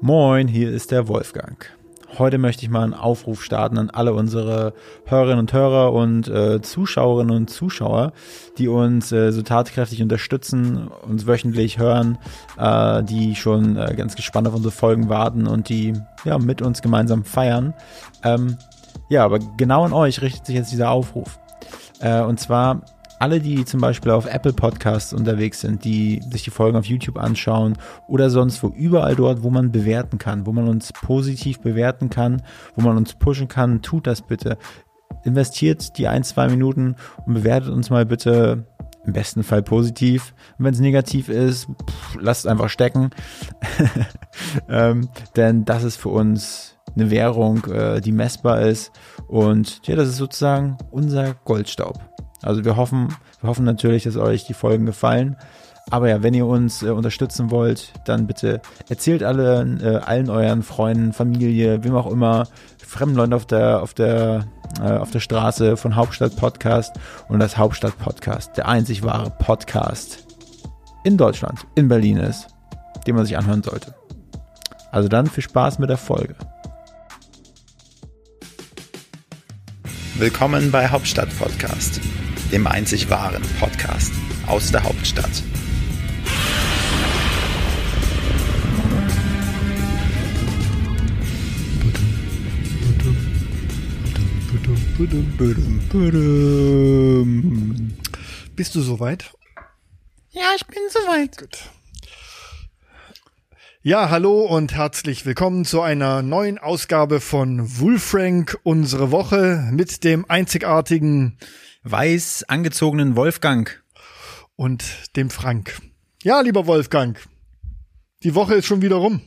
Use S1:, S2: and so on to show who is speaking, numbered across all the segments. S1: Moin, hier ist der Wolfgang. Heute möchte ich mal einen Aufruf starten an alle unsere Hörerinnen und Hörer und äh, Zuschauerinnen und Zuschauer, die uns äh, so tatkräftig unterstützen, uns wöchentlich hören, äh, die schon äh, ganz gespannt auf unsere Folgen warten und die ja, mit uns gemeinsam feiern. Ähm, ja, aber genau an euch richtet sich jetzt dieser Aufruf. Äh, und zwar alle, die zum Beispiel auf Apple Podcasts unterwegs sind, die sich die Folgen auf YouTube anschauen oder sonst wo, überall dort, wo man bewerten kann, wo man uns positiv bewerten kann, wo man uns pushen kann, tut das bitte. Investiert die ein, zwei Minuten und bewertet uns mal bitte im besten Fall positiv. Und wenn es negativ ist, pff, lasst es einfach stecken. ähm, denn das ist für uns eine Währung, äh, die messbar ist. Und ja, das ist sozusagen unser Goldstaub. Also wir hoffen, wir hoffen natürlich, dass euch die Folgen gefallen. Aber ja, wenn ihr uns äh, unterstützen wollt, dann bitte erzählt alle, äh, allen euren Freunden, Familie, wem auch immer, fremden Leuten auf der, auf der, äh, auf der Straße von Hauptstadt Podcast und das Hauptstadt Podcast, der einzig wahre Podcast in Deutschland, in Berlin ist, den man sich anhören sollte. Also dann viel Spaß mit der Folge.
S2: Willkommen bei Hauptstadt Podcast, dem einzig wahren Podcast aus der Hauptstadt.
S3: Bist du soweit?
S4: Ja, ich bin soweit.
S3: Gut. Ja, hallo und herzlich willkommen zu einer neuen Ausgabe von Wulfrank, unsere Woche mit dem einzigartigen
S1: Weiß angezogenen Wolfgang.
S3: und dem Frank. Ja, lieber Wolfgang, die Woche ist schon wieder rum.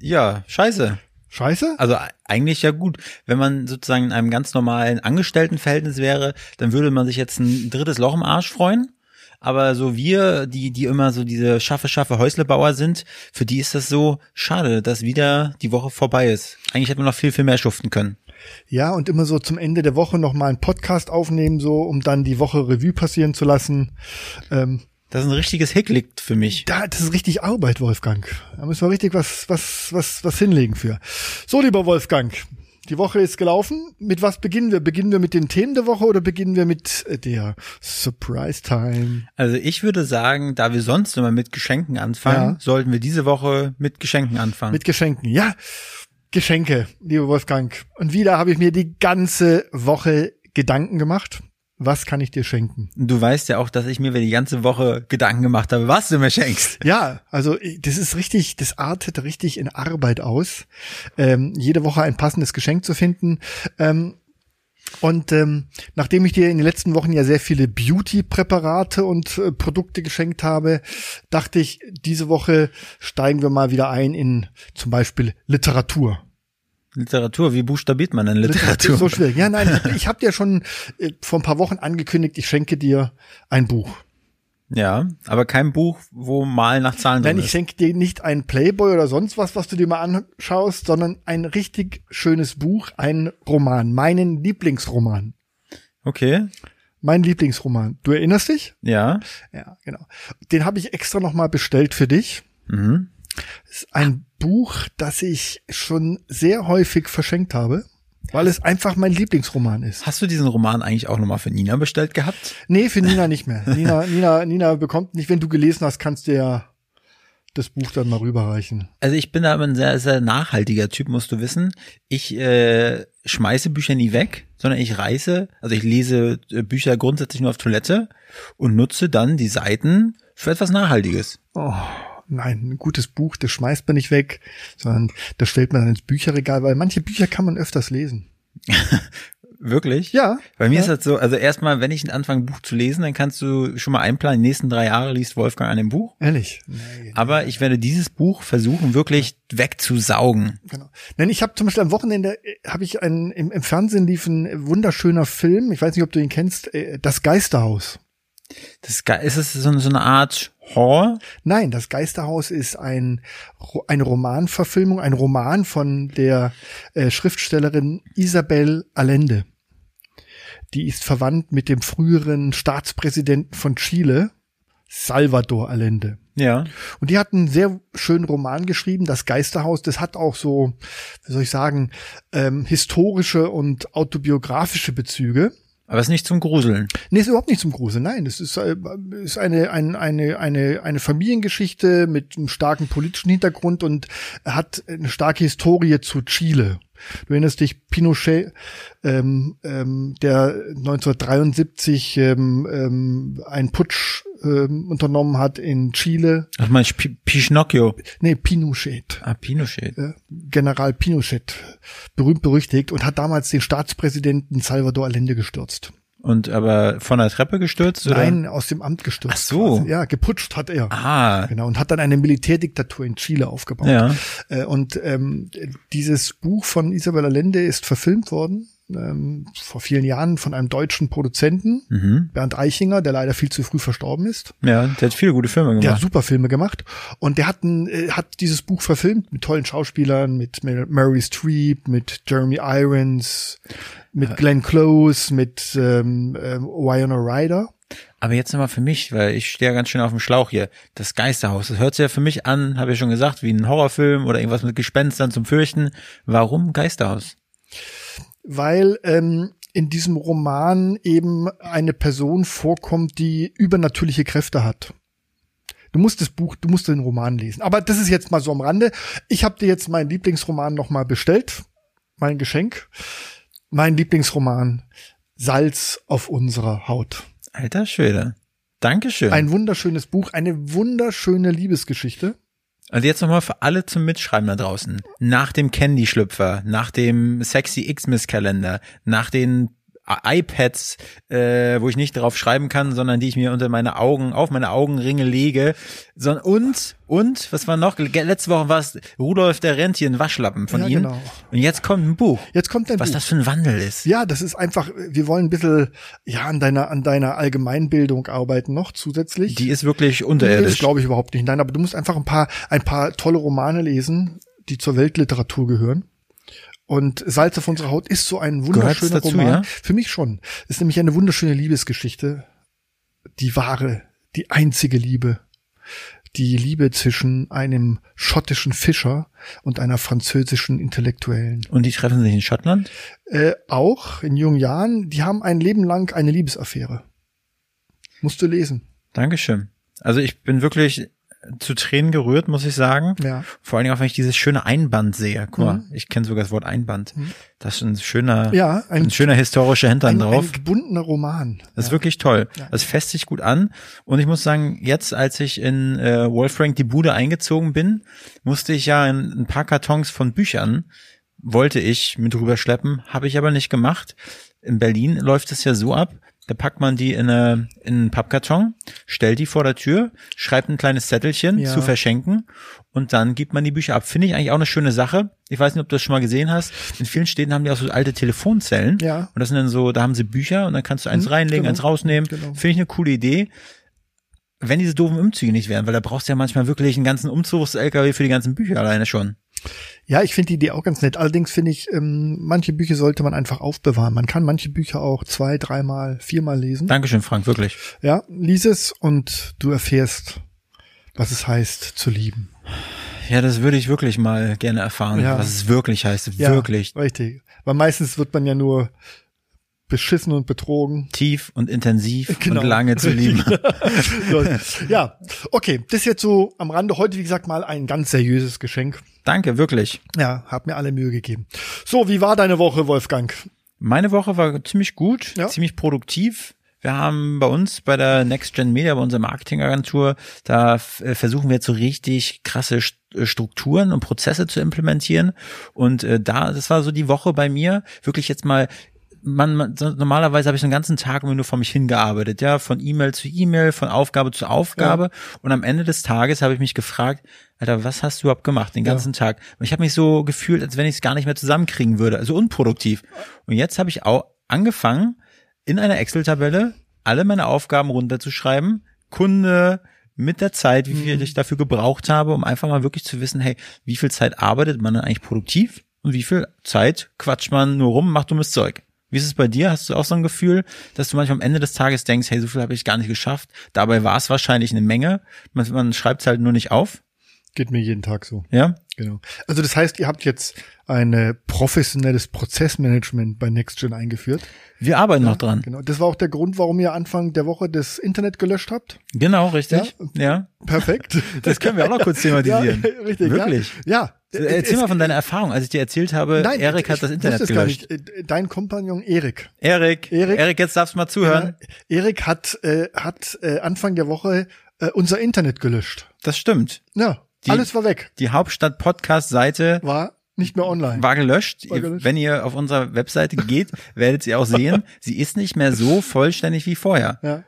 S1: Ja, scheiße.
S3: Scheiße?
S1: Also e- eigentlich ja gut. Wenn man sozusagen in einem ganz normalen Angestelltenverhältnis wäre, dann würde man sich jetzt ein drittes Loch im Arsch freuen. Aber so wir, die, die immer so diese schaffe, schaffe Häuslebauer sind, für die ist das so schade, dass wieder die Woche vorbei ist. Eigentlich hätte man noch viel, viel mehr schuften können.
S3: Ja, und immer so zum Ende der Woche nochmal einen Podcast aufnehmen, so, um dann die Woche Revue passieren zu lassen. Ähm,
S1: Das ist ein richtiges Hicklick für mich.
S3: da, das ist richtig Arbeit, Wolfgang. Da müssen wir richtig was, was, was, was hinlegen für. So, lieber Wolfgang, die Woche ist gelaufen. Mit was beginnen wir? Beginnen wir mit den Themen der Woche oder beginnen wir mit äh, der Surprise Time?
S1: Also ich würde sagen, da wir sonst immer mit Geschenken anfangen,
S3: Ja.
S1: sollten wir diese Woche mit Geschenken anfangen.
S3: Mit Geschenken, ja. Geschenke, lieber Wolfgang. Und wieder habe ich mir die ganze Woche Gedanken gemacht. Was kann ich dir schenken?
S1: du weißt ja auch, dass ich mir die ganze Woche Gedanken gemacht habe, was du mir schenkst.
S3: Ja, also ich- das ist richtig, das artet richtig in Arbeit aus, ähm, jede Woche ein passendes Geschenk zu finden. Ähm, und ähm, nachdem ich dir in den letzten Wochen ja sehr viele Beauty-Präparate und äh, Produkte geschenkt habe, dachte ich, diese Woche steigen wir mal wieder ein in zum Beispiel Literatur.
S1: Literatur, wie buchstabiert man denn Literatur?
S3: Literatur ist so schwierig. Ja, nein, ich habe dir schon äh, vor ein paar Wochen angekündigt, ich schenke dir ein Buch.
S1: ja, aber kein Buch, wo mal nach Zahlen
S3: Nein,
S1: drin
S3: ich
S1: ist.
S3: schenke dir nicht ein Playboy oder sonst was, was du dir mal anschaust, sondern ein richtig schönes Buch, ein Roman, meinen Lieblingsroman.
S1: Okay,
S3: Mein Lieblingsroman. Du erinnerst dich?
S1: ja.
S3: Ja, genau. Den habe ich extra nochmal bestellt für dich.
S1: Mhm.
S3: Es ist ein Buch, das ich schon sehr häufig verschenkt habe, weil es einfach mein Lieblingsroman ist.
S1: Hast du diesen Roman eigentlich auch nochmal für Nina bestellt gehabt?
S3: Nee, für Nina nicht mehr. Nina, Nina, Nina bekommt nicht. Wenn du gelesen hast, kannst du ja das Buch dann mal rüberreichen.
S1: Also ich bin da immer ein sehr, sehr nachhaltiger Typ, musst du wissen. Ich äh, schmeiße Bücher nie weg, sondern ich reiße, also ich lese äh, Bücher grundsätzlich nur auf Toilette und nutze dann die Seiten für etwas Nachhaltiges.
S3: Oh, nein, ein gutes Buch, das schmeißt man nicht weg, sondern das stellt man dann ins Bücherregal, weil manche Bücher kann man öfters lesen.
S1: Wirklich?
S3: Ja.
S1: Bei mir
S3: ja.
S1: ist das so, also erstmal, wenn ich anfange, ein Buch zu lesen, dann kannst du schon mal einplanen, die nächsten drei Jahre liest Wolfgang an dem Buch.
S3: Ehrlich. Nein.
S1: Aber ich werde dieses Buch versuchen, wirklich wegzusaugen.
S3: Genau. Nein, ich habe zum Beispiel am Wochenende äh, habe ich einen im, im Fernsehen lief ein wunderschöner Film. Ich weiß nicht, ob du ihn kennst. äh, Das Geisterhaus.
S1: Das ist, geil. ist es so, so eine Art Horror?
S3: Nein, das Geisterhaus ist ein, Ro- eine Romanverfilmung, ein Roman von der äh, Schriftstellerin Isabel Allende. Die ist verwandt mit dem früheren Staatspräsidenten von Chile, Salvador Allende.
S1: Ja.
S3: Und die hat einen sehr schönen Roman geschrieben, Das Geisterhaus. Das hat auch so, wie soll ich sagen, ähm, historische und autobiografische Bezüge.
S1: Aber es ist nicht zum Gruseln.
S3: Nee, ist überhaupt nicht zum Gruseln. Nein, es ist, äh, ist eine, ein, eine, eine, eine Familiengeschichte mit einem starken politischen Hintergrund und hat eine starke Historie zu Chile. Du erinnerst dich, Pinochet, ähm, ähm, der 1973 ähm, ähm, einen Putsch ähm, unternommen hat in Chile.
S1: Ach, mein Pi- Pinocchio.
S3: Nee, Pinochet.
S1: Ah, Pinochet.
S3: äh, General Pinochet, berühmt berüchtigt, und hat damals den Staatspräsidenten Salvador Allende gestürzt.
S1: Und aber von der Treppe gestürzt? Oder?
S3: Nein, aus dem Amt gestürzt.
S1: Ach so.
S3: quasi. Ja, geputscht hat er.
S1: Ah,
S3: Genau, und hat dann eine Militärdiktatur in Chile aufgebaut.
S1: Ja.
S3: Äh, Und ähm, dieses Buch von Isabel Allende ist verfilmt worden ähm, vor vielen Jahren von einem deutschen Produzenten, Bernd Eichinger, der leider viel zu früh verstorben ist.
S1: ja, der hat viele gute Filme
S3: Der hat
S1: gemacht.
S3: super Filme gemacht und der hat, ein, äh, hat dieses Buch verfilmt mit tollen Schauspielern, mit Mer- Meryl Streep, mit Jeremy Irons, mit Glenn Close, mit ähm, äh, Winona Ryder.
S1: Aber jetzt nochmal für mich, weil ich stehe ja ganz schön auf dem Schlauch hier. Das Geisterhaus, das hört sich ja für mich an, habe ich ja schon gesagt, wie ein Horrorfilm oder irgendwas mit Gespenstern zum Fürchten. Warum Geisterhaus?
S3: weil ähm, in diesem Roman eben eine Person vorkommt, die übernatürliche Kräfte hat. Du musst das Buch, du musst den Roman lesen. Aber das ist jetzt mal so am Rande. Ich habe dir jetzt meinen Lieblingsroman nochmal bestellt. Mein Geschenk. Mein Lieblingsroman. Salz auf unserer Haut.
S1: Alter Schwede. Dankeschön.
S3: Ein wunderschönes Buch, eine wunderschöne Liebesgeschichte.
S1: Also jetzt nochmal für alle zum Mitschreiben da draußen. Nach dem Candy-Schlüpfer, nach dem sexy Xmas-Kalender, nach den I- iPads, äh, wo ich nicht drauf schreiben kann, sondern die ich mir unter meine Augen, auf meine Augenringe lege. So, und, und, was war noch? Ge- Letzte Woche war es Rudolf der Rentier, ein Waschlappen von
S3: Ja,
S1: ihm.
S3: genau.
S1: Und jetzt kommt ein Buch.
S3: Jetzt kommt ein
S1: was
S3: Buch.
S1: das für ein Wandel ist.
S3: Ja, das ist einfach, wir wollen ein bisschen, ja, an deiner, an deiner Allgemeinbildung arbeiten noch zusätzlich.
S1: Die ist wirklich
S3: Das
S1: unterirdisch.
S3: glaube ich überhaupt nicht. Nein, aber du musst einfach ein paar, ein paar tolle Romane lesen, die zur Weltliteratur gehören. Und Salz auf unserer Haut ist so ein wunderschöner
S1: dazu,
S3: Roman.
S1: ja?
S3: Für mich schon. Ist nämlich eine wunderschöne Liebesgeschichte. Die wahre, die einzige Liebe. Die Liebe zwischen einem schottischen Fischer und einer französischen Intellektuellen.
S1: und die treffen sich in Schottland?
S3: Äh, auch in jungen Jahren, die haben ein Leben lang eine Liebesaffäre. Musst du lesen.
S1: Dankeschön. Also ich bin wirklich zu Tränen gerührt, muss ich sagen.
S3: Ja.
S1: Vor allen Dingen auch, wenn ich dieses schöne Einband sehe. Guck mal, ich kenne sogar das Wort Einband. Das ist ein schöner,
S3: Mhm. Ja,
S1: ein,
S3: ein-
S1: schöner historischer Hintern
S3: Ein,
S1: drauf.
S3: ein gebundener Roman.
S1: das ist wirklich toll. Das fässt sich gut an. Und ich muss sagen, jetzt, als ich in äh, Wolfrank die Bude eingezogen bin, musste ich ja in, ein paar Kartons von Büchern, wollte ich mit rüberschleppen, habe ich aber nicht gemacht. In Berlin läuft es ja so ab, da packt man die in, eine, in einen Pappkarton, stellt die vor der Tür, schreibt ein kleines Zettelchen
S3: Ja.
S1: zu verschenken und dann gibt man die Bücher ab. Finde ich eigentlich auch eine schöne Sache. Ich weiß nicht, ob du das schon mal gesehen hast. In vielen Städten haben die auch so alte Telefonzellen.
S3: Ja.
S1: Und das sind dann so, da haben sie Bücher und dann kannst du eins reinlegen,
S3: genau.
S1: eins rausnehmen.
S3: Genau.
S1: Finde ich eine coole Idee. Wenn diese doofen Umzüge nicht wären, weil da brauchst du ja manchmal wirklich einen ganzen Umzugs-LKW für die ganzen Bücher alleine schon.
S3: Ja, ich finde die Idee auch ganz nett. Allerdings finde ich, ähm, manche Bücher sollte man einfach aufbewahren. Man kann manche Bücher auch zwei, dreimal, viermal lesen.
S1: Dankeschön, Frank, wirklich.
S3: Ja, lies es und du erfährst, was es heißt zu lieben.
S1: Ja, das würde ich wirklich mal gerne erfahren,
S3: Ja.
S1: was es wirklich heißt.
S3: Ja,
S1: Wirklich
S3: Richtig. Weil meistens wird man ja nur beschissen und betrogen.
S1: tief und intensiv
S3: Genau.
S1: und lange zu lieben.
S3: So, ja, okay. Das jetzt so am Rande. Heute, wie gesagt, mal ein ganz seriöses Geschenk.
S1: Danke, wirklich.
S3: Ja, hab mir alle Mühe gegeben. So, wie war deine Woche, Wolfgang?
S1: Meine Woche war ziemlich gut,
S3: Ja.
S1: ziemlich produktiv. Wir haben bei uns bei der Next Gen Media, bei unserer Marketingagentur, da f- äh, versuchen wir jetzt so richtig krasse St- äh, Strukturen und Prozesse zu implementieren. Und äh, da, das war so die Woche bei mir, wirklich jetzt mal man, man so- normalerweise habe ich so einen ganzen Tag immer nur vor mich hingearbeitet, ja, von E-Mail zu E-Mail, von Aufgabe zu Aufgabe. Und am Ende des Tages habe ich mich gefragt, Alter, was hast du überhaupt gemacht den ganzen Tag? Und ich habe mich so gefühlt, als wenn ich es gar nicht mehr zusammenkriegen würde, also unproduktiv. Und jetzt habe ich auch angefangen, in einer Excel-Tabelle alle meine Aufgaben runterzuschreiben, Kunde mit der Zeit, wie
S3: Mhm.
S1: viel ich dafür gebraucht habe, um einfach mal wirklich zu wissen, hey, wie viel Zeit arbeitet man denn eigentlich produktiv und wie viel Zeit quatscht man nur rum, macht dummes Zeug. Wie ist es bei dir? Hast du auch so ein Gefühl, dass du manchmal am Ende des Tages denkst, hey, so viel habe ich gar nicht geschafft. Dabei war es wahrscheinlich eine Menge. Man, man schreibt es halt nur nicht auf.
S3: Geht mir jeden Tag so.
S1: Ja?
S3: Genau. Also das heißt, ihr habt jetzt ein äh, professionelles Prozessmanagement bei NextGen eingeführt.
S1: Wir arbeiten noch dran.
S3: Genau. Das war auch der Grund, warum ihr Anfang der Woche das Internet gelöscht habt.
S1: Genau, richtig. Ja.
S3: Perfekt.
S1: Das können wir auch noch kurz thematisieren.
S3: Ja, richtig.
S1: Wirklich.
S3: Ja. ja.
S1: Äh, Erzähl
S3: Es-
S1: mal von deiner Erfahrung, als ich dir erzählt habe,
S3: Nein,
S1: Erik
S3: ich-
S1: hat das
S3: ich
S1: Internet
S3: wusste es gar
S1: gelöscht.
S3: nicht. Äh, Dein Kompagnon Erik.
S1: Erik,
S3: Erik?
S1: Erik, jetzt darfst du mal zuhören.
S3: Erik hat, äh, hat äh, Anfang der Woche äh, unser Internet gelöscht.
S1: Das stimmt.
S3: Ja,
S1: Die-
S3: alles war weg.
S1: Die Hauptstadt Podcast Seite
S3: War nicht mehr online.
S1: war gelöscht.
S3: War
S1: Ihr-
S3: gelöscht.
S1: Wenn ihr auf unserer Webseite geht, werdet ihr auch sehen, sie ist nicht mehr so vollständig wie vorher.
S3: ja,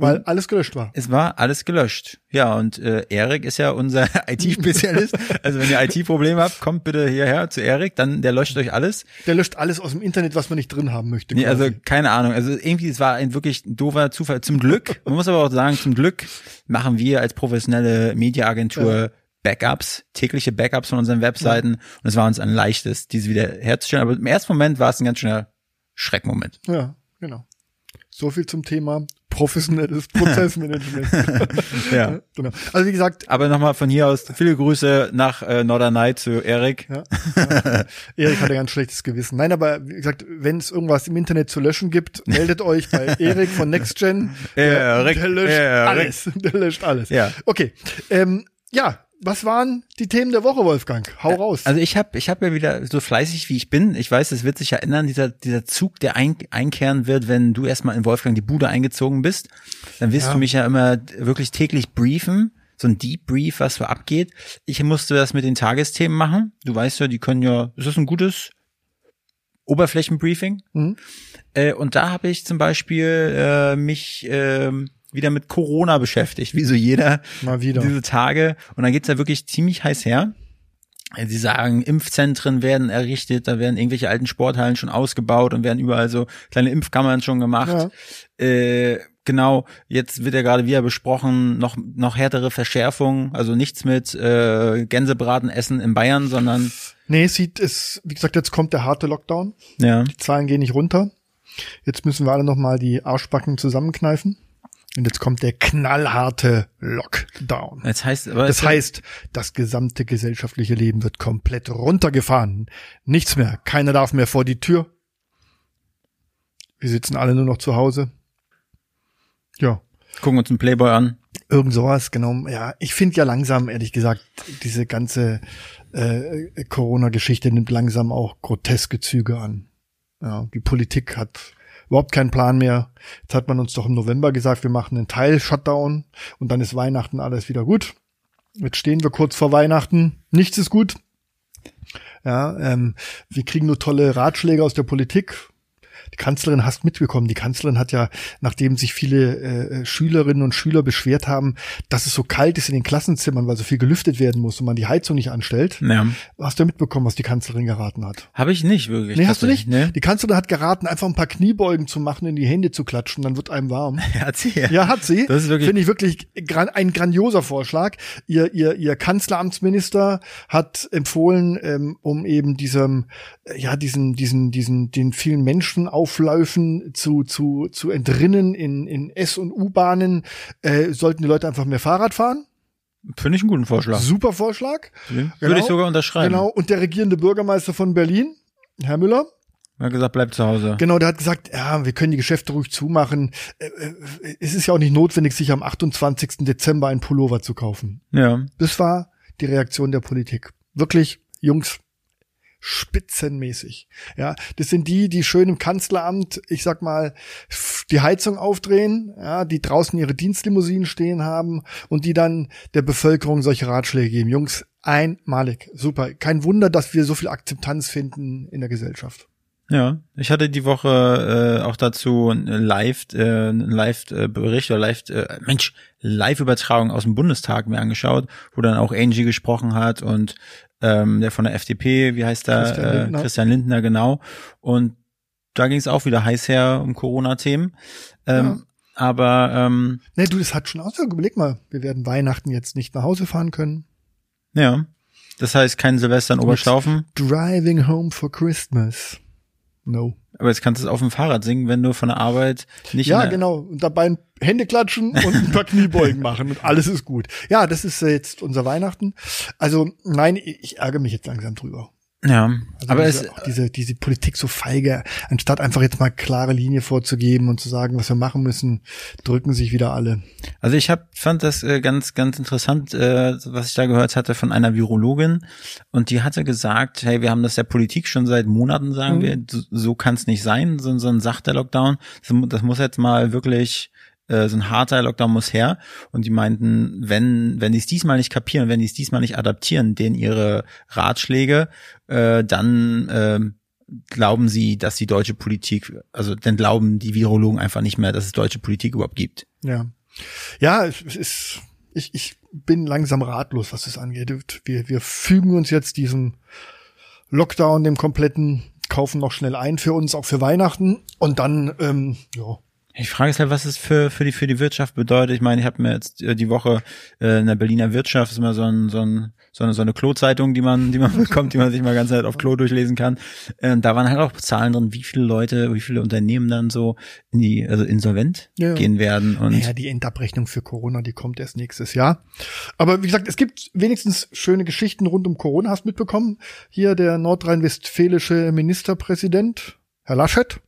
S3: weil alles gelöscht war.
S1: Es war alles gelöscht. Ja, und äh, Erik ist ja unser IT-Spezialist. Also wenn ihr IT-Probleme habt, kommt bitte hierher zu Erik, dann der löscht euch alles.
S3: Der löscht alles aus dem Internet, was man nicht drin haben möchte.
S1: Nee, also
S3: quasi.
S1: keine Ahnung. Also irgendwie, es war ein wirklich doofer Zufall. Zum Glück, man muss aber auch sagen, zum Glück machen wir als professionelle Mediaagentur Backups, tägliche Backups von unseren Webseiten. Und es war uns ein leichtes, diese wieder herzustellen. Aber im ersten Moment war es ein ganz schöner Schreckmoment.
S3: ja, genau. So viel zum Thema professionelles Prozessmanagement.
S1: Ja.
S3: genau. Also wie gesagt,
S1: Aber nochmal von hier aus viele Grüße nach äh, Norderney zu Erik.
S3: Ja. Erik hat ein ganz schlechtes Gewissen. Nein, aber wie gesagt, wenn es irgendwas im Internet zu löschen gibt, meldet euch bei Erik von NextGen. Der,
S1: Erik,
S3: der löscht
S1: Erik.
S3: alles. Der löscht alles.
S1: Ja.
S3: Okay. Ähm, ja, was waren die Themen der Woche, Wolfgang? Hau raus.
S1: Also ich habe ich hab ja wieder so fleißig wie ich bin, ich weiß, es wird sich ja ändern, dieser, dieser Zug, der ein, einkehren wird, wenn du erstmal in Wolfgang die Bude eingezogen bist, dann wirst
S3: Ja.
S1: du mich ja immer wirklich täglich briefen, so ein Deep Brief, was so abgeht. Ich musste das mit den Tagesthemen machen. Du weißt ja, die können ja, es ist ein gutes Oberflächenbriefing.
S3: Mhm.
S1: Äh, und da habe ich zum Beispiel äh, mich ähm, wieder mit Corona beschäftigt, wie so jeder
S3: Mal wieder.
S1: diese Tage. Und dann geht's ja wirklich ziemlich heiß her. Sie sagen, Impfzentren werden errichtet, da werden irgendwelche alten Sporthallen schon ausgebaut und werden überall so kleine Impfkammern schon gemacht. Äh, genau, jetzt wird ja gerade wieder besprochen, noch, noch härtere Verschärfungen, also nichts mit äh, Gänsebraten essen in Bayern, sondern
S3: Nee, es sieht es, wie gesagt, jetzt kommt der harte Lockdown.
S1: ja.
S3: Die Zahlen gehen nicht runter. Jetzt müssen wir alle nochmal die Arschbacken zusammenkneifen. Und jetzt kommt der knallharte Lockdown.
S1: Das heißt, aber
S3: Das
S1: es-
S3: heißt, das gesamte gesellschaftliche Leben wird komplett runtergefahren. Nichts mehr. Keiner darf mehr vor die Tür. Wir sitzen alle nur noch zu Hause. Ja.
S1: gucken uns einen Playboy an.
S3: Irgend sowas, genau. Ja, ich finde ja langsam, ehrlich gesagt, diese ganze äh, Corona-Geschichte nimmt langsam auch groteske Züge an. Ja, die Politik hat überhaupt keinen Plan mehr. Jetzt hat man uns doch im November gesagt, wir machen einen Teil-Shutdown und dann ist Weihnachten alles wieder gut. Jetzt stehen wir kurz vor Weihnachten. Nichts ist gut. Ja, ähm, wir kriegen nur tolle Ratschläge aus der Politik. Die Kanzlerin hast mitbekommen. Die Kanzlerin hat ja, nachdem sich viele äh, Schülerinnen und Schüler beschwert haben, dass es so kalt ist in den Klassenzimmern, weil so viel gelüftet werden muss und man die Heizung nicht anstellt.
S1: Ja.
S3: Hast du mitbekommen, was die Kanzlerin geraten hat?
S1: Habe ich nicht wirklich.
S3: Nee, hast du nicht?
S1: tatsächlich, Ne?
S3: Die Kanzlerin hat geraten, einfach ein paar Kniebeugen zu machen, in die Hände zu klatschen, dann wird einem warm.
S1: Erzähl.
S3: Ja, hat sie.
S1: Das ist wirklich-
S3: Finde ich wirklich gran ein grandioser Vorschlag. Ihr, ihr, ihr Kanzleramtsminister hat empfohlen, ähm, um eben diesem, äh, ja, diesen, diesen, diesen, den vielen Menschen aufläufen zu, zu, zu entrinnen in, in S- und U-Bahnen, äh, sollten die Leute einfach mehr Fahrrad fahren.
S1: Finde ich einen guten Vorschlag.
S3: Super Vorschlag.
S1: Würde ich sogar unterschreiben.
S3: Genau. Und der regierende Bürgermeister von Berlin, Herr Müller,
S1: Er hat gesagt, bleib zu Hause.
S3: Genau, der hat gesagt, ja, wir können die Geschäfte ruhig zumachen. Äh, äh, Es ist ja auch nicht notwendig, sich am 28. Dezember einen Pullover zu kaufen.
S1: ja.
S3: Das war die Reaktion der Politik. Wirklich, Jungs, spitzenmäßig. Ja, das sind die, die schön im Kanzleramt, ich sag mal, f- die Heizung aufdrehen, ja, die draußen ihre Dienstlimousinen stehen haben und die dann der Bevölkerung solche Ratschläge geben. Jungs, einmalig, super. Kein Wunder, dass wir so viel Akzeptanz finden in der Gesellschaft.
S1: Ja, ich hatte die Woche äh, auch dazu einen live äh, einen live äh, Bericht oder live äh, Mensch live Übertragung aus dem Bundestag mir angeschaut, wo dann auch Angie gesprochen hat und ähm, der von der FDP, wie heißt der
S3: Christian
S1: Christian
S3: Lindner.
S1: Lindner, äh, Christian Lindner genau und da ging es auch wieder heiß her um Corona Themen. Ähm, aber ähm,
S3: Ne, du, das hat schon Auswirkungen. Überleg mal, wir werden Weihnachten jetzt nicht nach Hause fahren können.
S1: ja, das heißt kein Silvester in Oberstaufen.
S3: Driving home for Christmas. No.
S1: Aber jetzt kannst du es auf dem Fahrrad singen, wenn du von der Arbeit nicht.
S3: Ja,
S1: in der,
S3: genau. Und dabei ein- Hände klatschen und ein paar Kniebeugen machen und alles ist gut. Ja, das ist äh, jetzt unser Weihnachten. Also nein, ich ich ärgere mich jetzt langsam drüber.
S1: Ja,
S3: Also
S1: aber
S3: diese,
S1: es,
S3: auch diese, diese Politik so feige, anstatt einfach jetzt mal klare Linie vorzugeben und zu sagen, was wir machen müssen, drücken sich wieder alle.
S1: also ich hab, fand das äh, ganz, ganz interessant, äh, was ich da gehört hatte von einer Virologin. Und die hatte gesagt, hey, wir haben das der Politik schon seit Monaten, sagen wir, so, so kann es nicht sein, so, so ein sachter Lockdown. Das, mu- das muss jetzt mal wirklich, äh, so ein harter Lockdown muss her. Und die meinten, wenn, wenn die es diesmal nicht kapieren, wenn die es diesmal nicht adaptieren, denen ihre Ratschläge, äh, dann ähm, glauben sie, dass die deutsche Politik, also dann glauben die Virologen einfach nicht mehr, dass es deutsche Politik überhaupt gibt.
S3: Ja. Ja, es es ist, ich, ich bin langsam ratlos, was das angeht. Wir, wir fügen uns jetzt diesem Lockdown, dem kompletten, kaufen noch schnell ein für uns, auch für Weihnachten. Und dann, ähm, ja.
S1: Ich frage es halt, was es für, für, die, für die Wirtschaft bedeutet. Ich meine, ich habe mir jetzt äh, die Woche äh, in der Berliner Wirtschaft ist immer so, ein, so, ein, so eine, so eine Klo-Zeitung, die man, die man bekommt, die man sich mal ganz nett auf Klo durchlesen kann. Äh, da waren halt auch Zahlen drin, wie viele Leute, wie viele Unternehmen dann so in die, also insolvent
S3: Ja.
S1: gehen werden. Und
S3: Naja, die Endabrechnung für Corona, die kommt erst nächstes Jahr. Aber wie gesagt, es gibt wenigstens schöne Geschichten rund um Corona. Hast du mitbekommen? Hier der nordrhein-westfälische Ministerpräsident, Herr Laschet,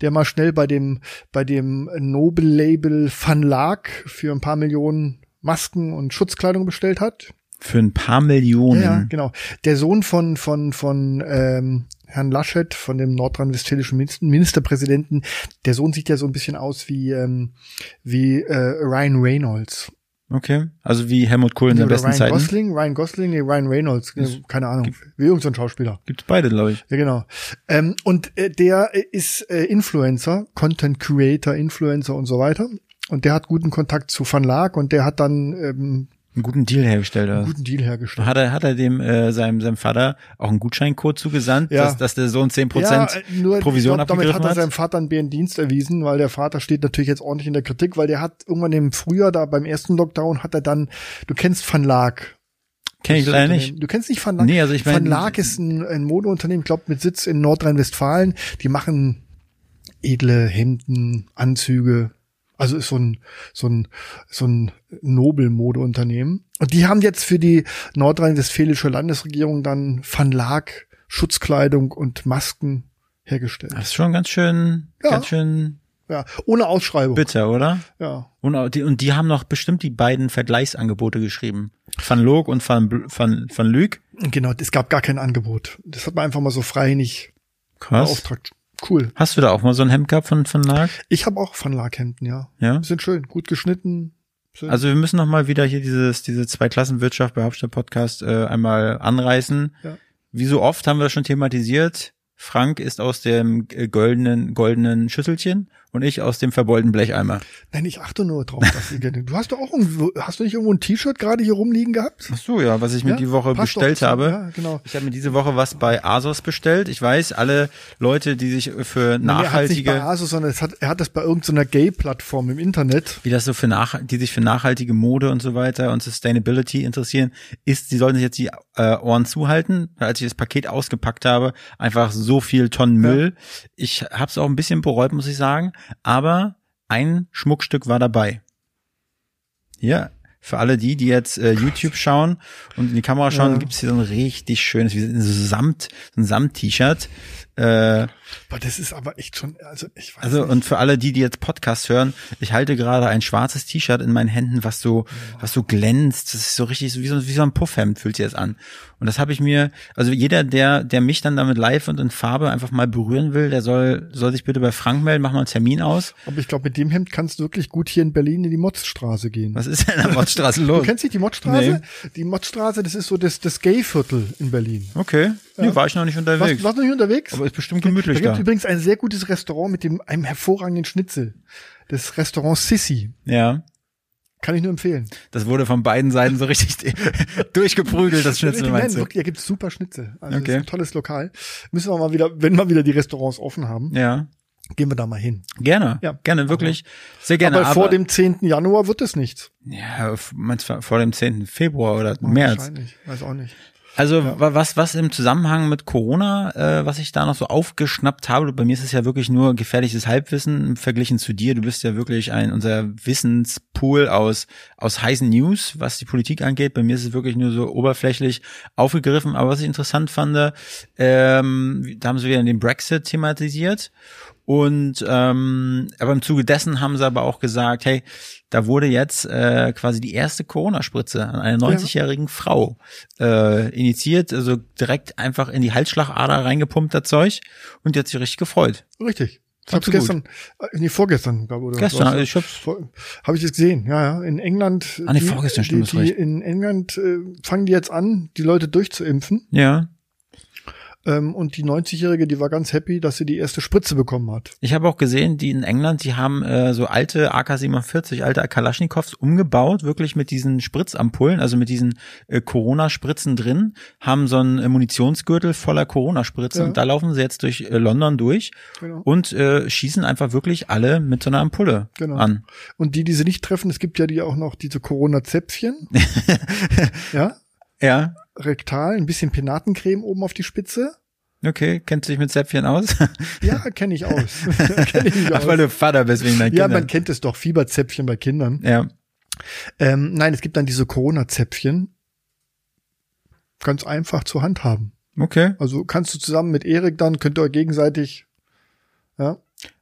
S3: der mal schnell bei dem, bei dem Nobel-Label Van Laak für ein paar Millionen Masken und Schutzkleidung bestellt hat.
S1: für ein paar Millionen.
S3: Ja, genau. Der Sohn von, von, von ähm, Herrn Laschet, von dem nordrhein-westfälischen Minister- Ministerpräsidenten, der Sohn sieht ja so ein bisschen aus wie, ähm, wie äh, Ryan Reynolds.
S1: Okay. Also wie Helmut Kohl in
S3: Oder
S1: seinen besten
S3: Ryan
S1: Zeiten.
S3: Gosling, Ryan Gosling, nee, Ryan Reynolds, äh, keine Ahnung. Wie irgend so ein Schauspieler.
S1: Gibt's beide, glaube ich.
S3: Ja, genau. Ähm, und äh, der äh, ist äh, Influencer, Content Creator, Influencer und so weiter. Und der hat guten Kontakt zu Van Laak und der hat dann ähm,
S1: Einen guten Deal hergestellt.
S3: einen
S1: Also.
S3: guten Deal hergestellt.
S1: Hat er, hat er dem äh, seinem, seinem Vater auch einen Gutscheincode zugesandt,
S3: Ja.
S1: dass, dass der Sohn 10%
S3: äh, nur,
S1: Provision
S3: ich glaub, damit
S1: abgegriffen
S3: hat er
S1: hat?
S3: seinem Vater einen bären Dienst erwiesen, weil der Vater steht natürlich jetzt ordentlich in der Kritik, weil der hat irgendwann im Frühjahr da beim ersten Lockdown hat er dann, du kennst Van Laak.
S1: Kenne ich
S3: das
S1: leider
S3: Unternehmen.
S1: nicht.
S3: Du kennst nicht Van Laak?
S1: Nee, also ich mein-
S3: Van Laak ist ein, ein Modeunternehmen, ich glaube, mit Sitz in Nordrhein-Westfalen. Die machen edle Hemden, Anzüge. Also ist so ein, so ein, so ein Nobel-Modeunternehmen. Und die haben jetzt für die nordrhein-westfälische Landesregierung dann Van Laak Schutzkleidung und Masken hergestellt.
S1: Das ist schon ganz schön,
S3: Ja.
S1: ganz schön
S3: Ja, ohne Ausschreibung.
S1: bitter, oder?
S3: Ja.
S1: Und, auch die, und die haben noch bestimmt die beiden Vergleichsangebote geschrieben. Van Log und Van, Bl- Van, Van Lüg.
S3: Und Genau, es gab gar kein Angebot. Das hat man einfach mal so freiwillig
S1: Krass.
S3: beauftragt. Cool.
S1: Hast du da auch mal so ein Hemd gehabt von Van Log?
S3: Ich habe auch Van Laak Hemden, ja.
S1: Ja.
S3: Sind schön, gut geschnitten. Sind
S1: Also wir müssen noch mal wieder hier dieses, diese Zweiklassenwirtschaft bei Hauptstadt Podcast äh, einmal anreißen.
S3: Ja.
S1: Wie so oft haben wir das schon thematisiert. Frank ist aus dem äh, goldenen, goldenen Schüsselchen und ich aus dem verbeulten Blecheimer.
S3: Nein, ich achte nur drauf, dass ihr gerne. Du hast doch auch irgendwo, hast du nicht irgendwo ein T-Shirt gerade hier rumliegen gehabt?
S1: Ach so, ja, was ich mir
S3: Ja,
S1: die Woche
S3: passt doch
S1: bestellt
S3: zu-
S1: habe.
S3: Ja, genau.
S1: Ich habe mir diese Woche was bei Asos bestellt. Ich weiß, alle Leute, die sich für
S3: Nein, Er hat nicht bei
S1: nachhaltige,
S3: Asus, sondern es hat, er hat das bei irgendeiner Gay-Plattform im Internet.
S1: wie das so für nach, die sich für nachhaltige Mode und so weiter und Sustainability interessieren, ist, sie sollen sich jetzt die äh, Ohren zuhalten. Weil Als ich das Paket ausgepackt habe, einfach so viel Tonnen Müll. Ich habe es auch ein bisschen bereut, muss ich sagen. Aber ein Schmuckstück war dabei. Ja, für alle die, die jetzt äh, YouTube schauen und in die Kamera schauen,
S3: Ja.
S1: gibt's hier so ein richtig schönes, wie so Samt, so ein Samt-T-Shirt. Äh,
S3: Boah, das ist aber echt schon, also ich weiß
S1: also
S3: nicht.
S1: und für alle die, die jetzt Podcast hören, ich halte gerade ein schwarzes T-Shirt in meinen Händen, was so, was so glänzt. Das ist so richtig, so wie, so, wie so ein Puffhemd fühlt sich das an. Und das habe ich mir, also jeder, der, der mich dann damit live und in Farbe einfach mal berühren will, der soll, soll sich bitte bei Frank melden, mach mal einen Termin aus.
S3: Aber ich glaube, mit dem Hemd kannst du wirklich gut hier in Berlin in die Motzstraße gehen.
S1: Was ist denn an der Mordstraße
S3: Du
S1: los?
S3: kennst nicht die Mottstraße? Die Mottstraße, das ist so das, das Gay-Viertel in Berlin.
S1: Okay, nee, war ich noch nicht
S3: Warst,
S1: unterwegs.
S3: warst du nicht unterwegs?
S1: Aber ist bestimmt
S3: da
S1: gemütlich
S3: gibt
S1: da.
S3: übrigens ein sehr gutes Restaurant mit dem, einem hervorragenden Schnitzel. Das Restaurant Sissy.
S1: Ja.
S3: Kann ich nur empfehlen.
S1: Das wurde von beiden Seiten so richtig durchgeprügelt, das Schnitzel,
S3: Nein,
S1: meinst du?
S3: wirklich, da gibt's super Schnitzel. Also das
S1: Okay.
S3: ist ein tolles Lokal. Müssen wir mal wieder, wenn wir wieder die Restaurants offen haben,
S1: Ja,
S3: gehen wir da mal hin.
S1: gerne,
S3: Ja.
S1: gerne, wirklich, sehr gerne.
S3: Aber, vor dem 10. Januar wird es nichts.
S1: Ja, meinst du vor dem 10. Februar oder März?
S3: Wahrscheinlich, weiß auch nicht.
S1: Also wa- was, was im Zusammenhang mit Corona, äh, was ich da noch so aufgeschnappt habe, bei mir ist es ja wirklich nur gefährliches Halbwissen verglichen zu dir. Du bist ja wirklich ein unser Wissenspool aus, aus heißen News, was die Politik angeht. Bei mir ist es wirklich nur so oberflächlich aufgegriffen. Aber was ich interessant fand, ähm, da haben sie wieder den Brexit thematisiert. Und ähm, aber im Zuge dessen haben sie aber auch gesagt, hey, da wurde jetzt äh, quasi die erste Corona-Spritze an einer 90-jährigen Frau äh, initiiert, also direkt einfach in die Halsschlagader reingepumpt, das Zeug, und die hat sich richtig gefreut.
S3: Richtig. Ich
S1: Fandst
S3: hab's
S1: du
S3: gestern, äh, nee, vorgestern, glaube oder
S1: Gestern,
S3: was.
S1: also ich hab's-
S3: Habe ich das gesehen, ja, ja. In England.
S1: Ah, nee, vorgestern,
S3: die,
S1: stimmt,
S3: die,
S1: hast recht.
S3: In England äh, fangen die jetzt an, die Leute durchzuimpfen.
S1: Ja.
S3: Ähm, und die 90-Jährige, die war ganz happy, dass sie die erste Spritze bekommen hat.
S1: Ich habe auch gesehen, die in England, die haben äh, so alte AK-47, alte Kalaschnikows umgebaut, wirklich mit diesen Spritzampullen, also mit diesen äh, Corona-Spritzen drin, haben so einen äh, Munitionsgürtel voller Corona-Spritzen
S3: Ja.
S1: und da laufen sie jetzt durch äh, London durch
S3: Genau.
S1: und äh, schießen einfach wirklich alle mit so einer Ampulle
S3: Genau.
S1: an.
S3: Und die, die sie nicht treffen, es gibt ja die auch noch diese Corona-Zäpfchen. ja,
S1: Ja,
S3: rektal, ein bisschen Penatencreme oben auf die Spitze.
S1: okay, kennst du dich mit Zäpfchen aus?
S3: Ja, kenne ich aus. kenne ich mich
S1: Ach, weil
S3: aus.
S1: du Vater bist wegen deinen
S3: Ja, man
S1: Kindern.
S3: kennt es doch, Fieberzäpfchen bei Kindern.
S1: Ja,
S3: Ähm, nein, es gibt dann diese Corona-Zäpfchen. Ganz einfach zu handhaben.
S1: okay.
S3: Also kannst du zusammen mit Erik dann, könnt ihr euch gegenseitig. Ja,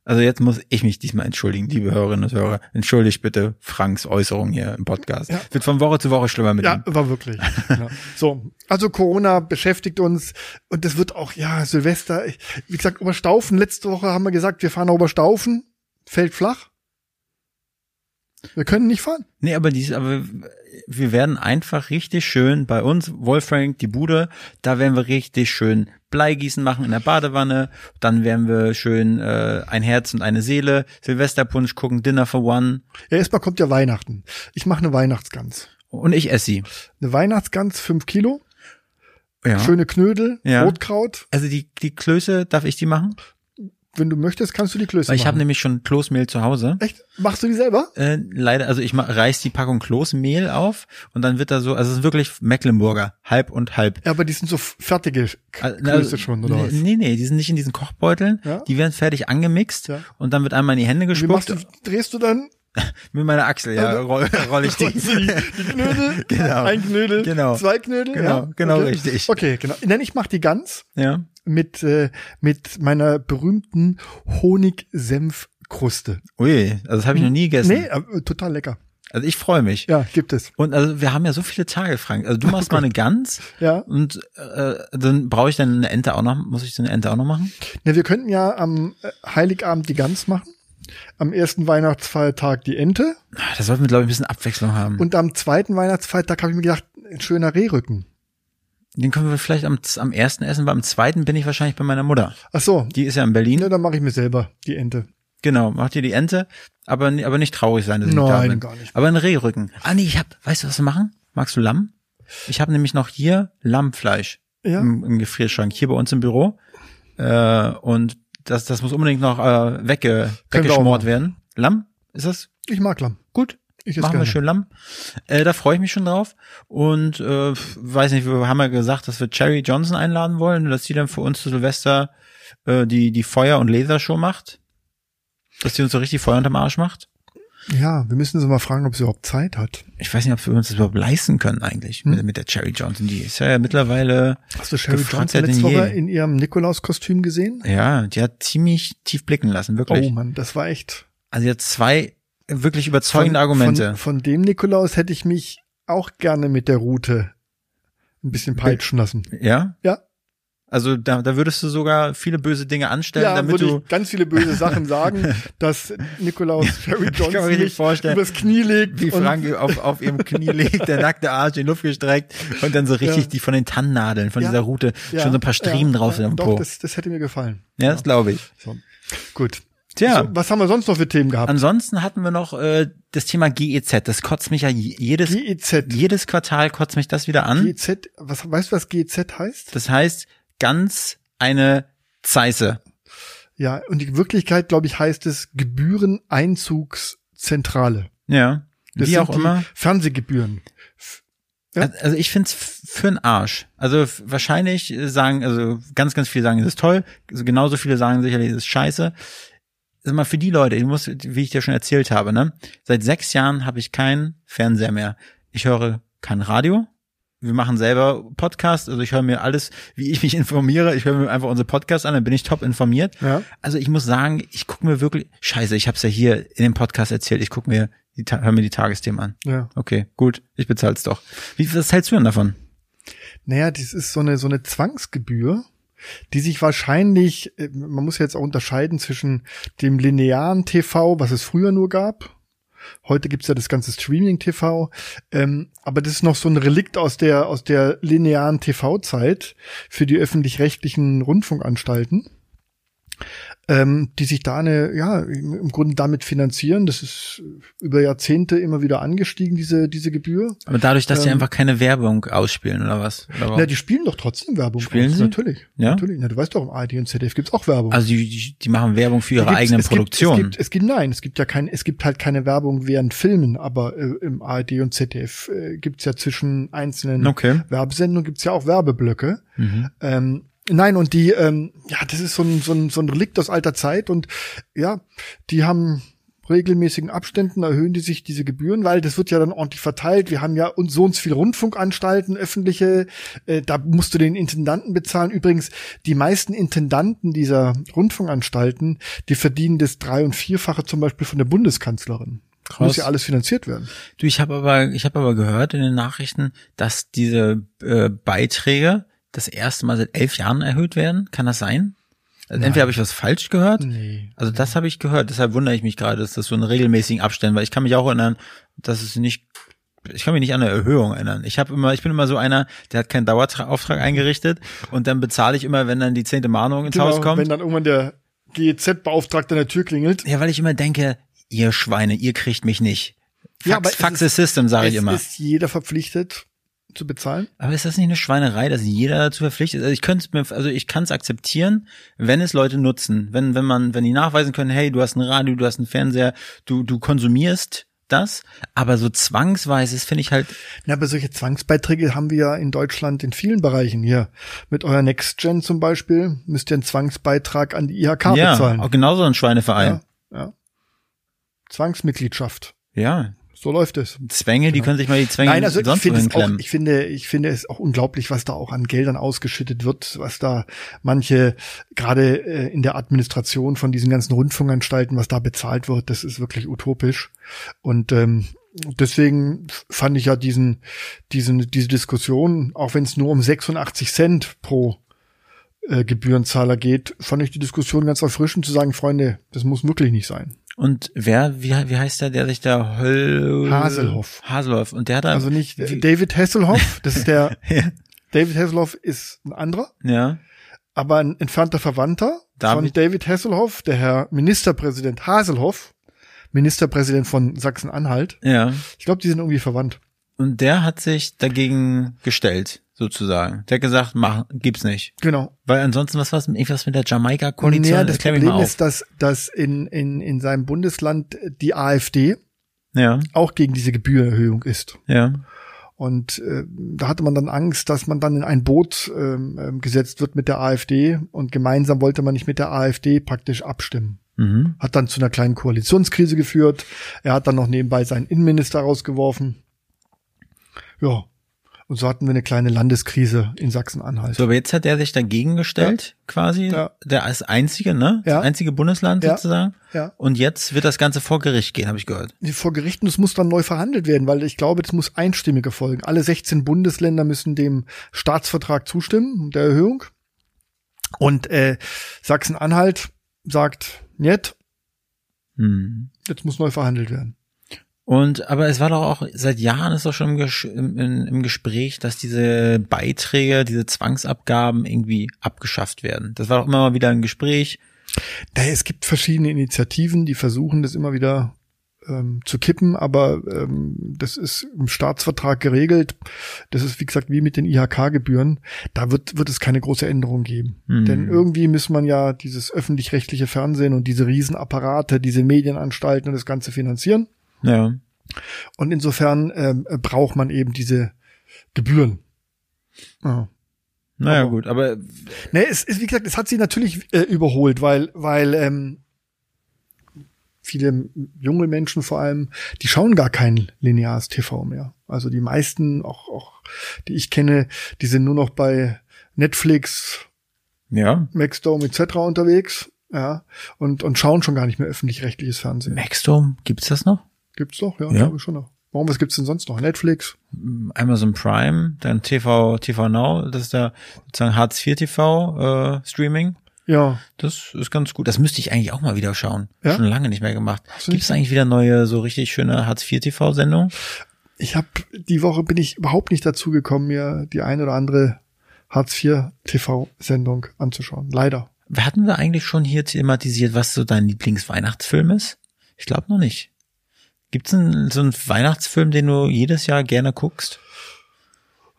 S1: Also jetzt muss ich mich diesmal entschuldigen, liebe Hörerinnen und Hörer. Entschuldigt bitte Franks Äußerung hier im Podcast.
S3: Ja.
S1: Wird von Woche zu Woche schlimmer mit
S3: ja
S1: ihm.
S3: war wirklich. ja. So, also Corona beschäftigt uns und das wird auch, ja, Silvester, ich, wie gesagt, Oberstaufen. Letzte Woche haben wir gesagt, wir fahren nach Oberstaufen, fällt flach. Wir können nicht fahren.
S1: Nee, aber, dies, aber wir werden einfach richtig schön bei uns, Wolfrank, die Bude, da werden wir richtig schön Bleigießen machen in der Badewanne. Dann werden wir schön äh, ein Herz und eine Seele, Silvesterpunsch gucken, Dinner for One.
S3: Ja, erstmal kommt ja Weihnachten. Ich mache eine Weihnachtsgans.
S1: Und ich esse sie.
S3: Eine Weihnachtsgans, fünf Kilo,
S1: Ja.
S3: schöne Knödel,
S1: Ja.
S3: Rotkraut.
S1: Also die, die Klöße, darf ich die machen?
S3: Wenn du möchtest, kannst du die Klöße
S1: Weil ich ne- habe
S3: machen.
S1: nämlich schon Kloßmehl zu Hause.
S3: Echt? Machst du die selber?
S1: äh, leider, also ich ma- reiß die Packung Kloßmehl auf und dann wird da so, also es ist wirklich Mecklenburger, halb und halb.
S3: Ja, aber die sind so fertige K
S1: Also,
S3: Klöße schon, oder was?
S1: Nee, nee, die sind nicht in diesen Kochbeuteln,
S3: Ja?
S1: die werden fertig angemixt
S3: Ja.
S1: und dann wird einmal in die Hände
S3: Wie machst
S1: gespuckt.
S3: du, drehst du ne? dann
S1: Mit meiner Achsel, ja, roll, roll ich die.
S3: rollst du die, die Knödel,
S1: Genau.
S3: ein Knödel,
S1: Genau.
S3: zwei Knödel?
S1: Genau,
S3: ja?
S1: genau
S3: okay.
S1: richtig.
S3: Okay, genau. Nein, ich mache die Gans
S1: Ja.
S3: mit, äh, mit meiner berühmten Honig-Senf-Kruste.
S1: Ui, also das habe ich noch nie gegessen.
S3: Nee, aber, äh, total lecker.
S1: Also ich freue mich.
S3: Ja, gibt es.
S1: Und also wir haben ja so viele Tage, Frank. Also du machst mal eine Gans
S3: Ja.
S1: und äh, dann brauche ich dann eine Ente auch noch. Muss ich dann eine Ente auch noch machen?
S3: Ne, wir könnten ja am äh, Heiligabend die Gans machen, am ersten Weihnachtsfeiertag die Ente
S1: Das Ah, sollten wir, glaube ich, ein bisschen Abwechslung haben.
S3: und am zweiten Weihnachtsfeiertag habe ich mir gedacht, ein schöner Rehrücken.
S1: Den können wir vielleicht am, am ersten essen, weil am zweiten bin ich wahrscheinlich bei meiner Mutter.
S3: Ach so,
S1: Die ist ja in Berlin.
S3: ne, dann mache ich mir selber die Ente.
S1: Genau, macht ihr die Ente, aber, ni- aber nicht traurig sein, dass ich nicht da
S3: Nein,
S1: bin.
S3: gar nicht.
S1: Aber ein Rehrücken. Ah nee, ich hab, weißt du, was wir machen? Magst du Lamm? Ich habe nämlich noch hier Lammfleisch
S3: Ja.
S1: im, im Gefrierschrank, hier bei uns im Büro. Äh, und das, das muss unbedingt noch äh, wegge,
S3: Können wir auch
S1: weggeschmort
S3: machen.
S1: werden. Lamm? Ist das
S3: Ich mag Lamm.
S1: gut?
S3: Ich esse
S1: Machen wir
S3: gerne.
S1: schön Lamm. Äh, da freue ich mich schon drauf. Und äh, weiß nicht, wir haben ja gesagt, dass wir Cherry Johnson einladen wollen, dass die dann für uns zu Silvester äh, die, die Feuer- und Lasershow macht. Dass die uns so richtig Feuer unterm Arsch macht.
S3: Ja, wir müssen sie mal fragen, ob sie überhaupt Zeit hat.
S1: Ich weiß nicht, ob wir uns das überhaupt leisten können eigentlich
S3: Hm?
S1: mit, mit der Cherry Johnson. Die ist ja mittlerweile,
S3: Hast du Sherry
S1: Gefragt
S3: Johnson
S1: hat
S3: letzte
S1: denn je.
S3: Woche in ihrem Nikolauskostüm gesehen?
S1: ja, die hat ziemlich tief blicken lassen, wirklich.
S3: Oh Mann, das war echt.
S1: Also die hat zwei wirklich überzeugende
S3: von,
S1: Argumente.
S3: Von, von dem Nikolaus hätte ich mich auch gerne mit der Rute ein bisschen peitschen lassen.
S1: ja?
S3: Ja.
S1: Also da, da würdest du sogar viele böse Dinge anstellen,
S3: Ja,
S1: damit
S3: würde
S1: du
S3: ich ganz viele böse Sachen sagen, dass Nikolaus Sherry
S1: kann mir
S3: Johnson
S1: richtig
S3: mich
S1: vorstellen,
S3: übers Knie legt.
S1: wie
S3: und-
S1: Frank auf, auf ihrem Knie liegt, der nackte Arsch in die Luft gestreckt und dann so richtig
S3: Ja.
S1: die von den Tannennadeln, von
S3: Ja.
S1: dieser Route
S3: Ja,
S1: schon so ein paar Striemen
S3: ja,
S1: drauf sind
S3: ja,
S1: am
S3: doch,
S1: Po.
S3: Das, genau. das hätte mir gefallen.
S1: ja, das glaube ich.
S3: So. Gut.
S1: Tja.
S3: So, was haben wir sonst noch für Themen gehabt?
S1: Ansonsten hatten wir noch äh, das Thema GEZ. Das kotzt mich ja je- jedes,
S3: E GEZ.
S1: jedes Quartal kotzt mich das wieder an.
S3: GEZ, E was, weißt du, was GEZ heißt?
S1: Das heißt, ganz eine Zeisse.
S3: Ja, und in Wirklichkeit, glaube ich, heißt es Gebühreneinzugszentrale.
S1: Ja.
S3: Das
S1: Wie
S3: sind
S1: auch
S3: die
S1: immer.
S3: Fernsehgebühren. F-
S1: Also- Also ich finde es für'n Arsch. Also f- wahrscheinlich äh, sagen, also ganz, ganz viele sagen, es ist toll. Also genauso viele sagen sicherlich, es ist scheiße. Sag mal, für die Leute, ich muss, wie ich dir schon erzählt habe, ne? Seit sechs Jahren habe ich keinen Fernseher mehr. Ich höre kein Radio. Wir machen selber Podcast, also ich höre mir alles, wie ich mich informiere. Ich höre mir einfach unsere Podcasts an, dann bin ich top informiert.
S3: Ja.
S1: Also ich muss sagen, ich gucke mir wirklich, scheiße, ich habe es ja hier in dem Podcast erzählt, ich gucke mir, die, Ta- hör mir die Tagesthemen an.
S3: Ja.
S1: Okay, gut, ich bezahl's doch. Wie, was hältst du denn davon?
S3: Naja, das ist so eine, so eine Zwangsgebühr, die sich wahrscheinlich, äh, man muss ja jetzt auch unterscheiden zwischen dem linearen TV, was es früher nur gab. Heute gibt's ja das ganze Streaming-TV, ähm, aber das ist noch so ein Relikt aus der, aus der linearen TV-Zeit für die öffentlich-rechtlichen Rundfunkanstalten, ähm, die sich da eine, ja, im im Grunde damit finanzieren. Das ist über Jahrzehnte immer wieder angestiegen, diese, diese Gebühr.
S1: Aber dadurch, dass die
S3: Ähm,
S1: einfach keine Werbung ausspielen oder was? Oder warum?
S3: Na, die spielen doch trotzdem Werbung.
S1: Spielen
S3: aus.
S1: sie?
S3: Natürlich.
S1: Ja?
S3: Natürlich. Na, du weißt doch, im ARD und ZDF gibt's auch Werbung.
S1: also die- die, die machen Werbung für ihre
S3: Die gibt's-
S1: eigenen
S3: es gibt-
S1: Produktionen.
S3: Es gibt, es gibt, nein, es gibt ja kein, es gibt halt keine Werbung während Filmen, aber äh, im ARD und ZDF äh, gibt's ja zwischen einzelnen
S1: Okay.
S3: Werbesendungen gibt's ja auch Werbeblöcke.
S1: Mhm.
S3: Ähm, nein, und die, ähm, ja, das ist so ein, so, ein, so ein Relikt aus alter Zeit und ja, die haben regelmäßigen Abständen erhöhen die sich diese Gebühren, weil das wird ja dann ordentlich verteilt. Wir haben ja und so und so viele Rundfunkanstalten, öffentliche, äh, da musst du den Intendanten bezahlen. Übrigens, die meisten Intendanten dieser Rundfunkanstalten, die verdienen das drei- und vierfache zum Beispiel von der Bundeskanzlerin. Das
S1: Krass.
S3: Muss ja alles finanziert werden.
S1: Du, ich habe aber, ich habe aber gehört in den Nachrichten, dass diese äh, Beiträge das erste Mal seit elf Jahren erhöht werden. Kann das sein? Also entweder habe ich was falsch gehört.
S3: Nee.
S1: Also das habe ich gehört. Deshalb wundere ich mich gerade, dass das so in regelmäßigen Abständen, weil ich kann mich auch erinnern, dass es nicht ich kann mich nicht an eine Erhöhung erinnern. Ich habe immer, ich bin immer so einer, der hat keinen Dauerauftrag eingerichtet und dann bezahle ich immer, wenn dann die zehnte Mahnung ins Haus kommt.
S3: Genau, Wenn dann irgendwann der GEZ-Beauftragte an der Tür klingelt,
S1: Ja, weil ich immer denke, ihr Schweine, ihr kriegt mich nicht. Fax,
S3: Ja, aber es
S1: Fax
S3: ist-
S1: the System, sage ich
S3: es
S1: immer.
S3: ist jeder verpflichtet zu bezahlen.
S1: aber ist das nicht eine Schweinerei, dass jeder dazu verpflichtet ist? Also ich könnte mir, also ich kann es akzeptieren, wenn es Leute nutzen. Wenn, wenn man, wenn die nachweisen können, hey, du hast ein Radio, du hast einen Fernseher, du, du konsumierst das, aber so zwangsweise, das finde ich halt,
S3: Na, aber solche Zwangsbeiträge haben wir ja in Deutschland in vielen Bereichen hier. Mit eurer Next Gen zum Beispiel müsst ihr einen Zwangsbeitrag an die IHK
S1: ja,
S3: bezahlen.
S1: auch genauso ein Schweineverein.
S3: Ja, ja. Zwangsmitgliedschaft.
S1: Ja.
S3: So läuft es.
S1: Zwänge, die können sich mal die Zwänge
S3: Genau. Nein, also ich
S1: sonst
S3: finde
S1: wohin
S3: es auch,
S1: klemmen.
S3: ich finde, ich finde es auch unglaublich, was da auch an Geldern ausgeschüttet wird, was da manche gerade äh, in der Administration von diesen ganzen Rundfunkanstalten, was da bezahlt wird, das ist wirklich utopisch. Und ähm, deswegen fand ich ja diesen, diesen, diese Diskussion, auch wenn es nur um 86 Cent pro äh, Gebührenzahler geht, fand ich die Diskussion ganz erfrischend zu sagen, Freunde, das muss wirklich nicht sein.
S1: Und wer, wie, wie heißt der, der sich da Höll...
S3: Haselhoff.
S1: Haselhoff. Und der hat da,
S3: Also nicht
S1: wie-
S3: David Hasselhoff, das ist der
S1: Äh, Ja.
S3: David Hasselhoff ist ein anderer,
S1: ja.
S3: aber ein entfernter Verwandter von
S1: David-
S3: David Hasselhoff, der Herr Ministerpräsident Haselhoff, Ministerpräsident von Sachsen-Anhalt.
S1: Ja.
S3: Ich glaube, die sind irgendwie verwandt.
S1: Und der hat sich dagegen gestellt, sozusagen. Der hat gesagt, mach, gib's nicht.
S3: Genau.
S1: Weil ansonsten, was war's, irgendwas mit der Jamaika-Koalition?
S3: Naja, das
S1: Klär mich
S3: Problem
S1: mal auf.
S3: ist, dass, dass in, in, in seinem Bundesland die AfD
S1: ja,
S3: auch gegen diese Gebührerhöhung ist.
S1: ja.
S3: Und äh, da hatte man dann Angst, dass man dann in ein Boot ähm, ähm, gesetzt wird mit der AfD und gemeinsam wollte man nicht mit der AfD praktisch abstimmen.
S1: Mhm.
S3: hat dann zu einer kleinen Koalitionskrise geführt. Er hat dann noch nebenbei seinen Innenminister rausgeworfen. Ja. Und so hatten wir eine kleine Landeskrise in Sachsen-Anhalt.
S1: So, aber jetzt hat er sich dagegen gestellt, quasi.
S3: Ja.
S1: Der als einzige, ne?
S3: Ja.
S1: Das einzige Bundesland
S3: Ja.
S1: sozusagen.
S3: Ja.
S1: Und jetzt wird das Ganze vor Gericht gehen, habe ich gehört.
S3: Vor Gerichten, es muss dann neu verhandelt werden, weil ich glaube, das muss einstimmiger folgen. Alle 16 Bundesländer müssen dem Staatsvertrag zustimmen, der Erhöhung. Und äh, Sachsen-Anhalt sagt, nett,
S1: Mhm.
S3: jetzt muss neu verhandelt werden.
S1: Und aber es war doch auch seit Jahren ist doch schon im, Gesch im, im, im Gespräch, dass diese Beiträge, diese Zwangsabgaben irgendwie abgeschafft werden. Das war doch immer mal wieder ein Gespräch.
S3: Naja, es gibt verschiedene Initiativen, die versuchen, das immer wieder ähm, zu kippen, aber ähm, das ist im Staatsvertrag geregelt. Das ist, wie gesagt, wie mit den IHK-Gebühren. Da wird, wird es keine große Änderung geben.
S1: Mhm.
S3: Denn irgendwie muss man ja dieses öffentlich-rechtliche Fernsehen und diese Riesenapparate, diese Medienanstalten und das Ganze finanzieren.
S1: Ja.
S3: Und insofern ähm, braucht man eben diese Gebühren. Ja.
S1: Naja,
S3: Aber-
S1: gut, aber
S3: Ne, es ist, wie gesagt, es hat sie natürlich äh, überholt, weil, weil ähm, viele m- junge Menschen vor allem, die schauen gar kein lineares TV mehr. Also die meisten, auch, auch die ich kenne, die sind nur noch bei Netflix,
S1: ja.
S3: Maxdome etc. unterwegs. Ja, und, und schauen schon gar nicht mehr öffentlich-rechtliches Fernsehen.
S1: Maxdome, gibt's das noch?
S3: Gibt's doch, ja,
S1: Ja.
S3: glaube ich schon noch. Warum, was gibt's denn sonst noch? Netflix?
S1: Amazon Prime, dann TV, TV Now, das ist da sozusagen Hartz IV TV äh, Streaming.
S3: Ja.
S1: Das ist ganz gut. Das müsste ich eigentlich auch mal wieder schauen.
S3: Ja?
S1: Schon lange nicht mehr gemacht.
S3: du
S1: Gibt es eigentlich wieder neue, so richtig schöne Hartz IV TV-Sendungen?
S3: Ich habe die Woche bin ich überhaupt nicht dazu gekommen, mir die ein oder andere Hartz IV TV-Sendung anzuschauen. Leider.
S1: Hatten wir eigentlich schon hier thematisiert, was so dein Lieblingsweihnachtsfilm ist? Ich glaube noch nicht. Gibt es so einen Weihnachtsfilm, den du jedes Jahr gerne guckst?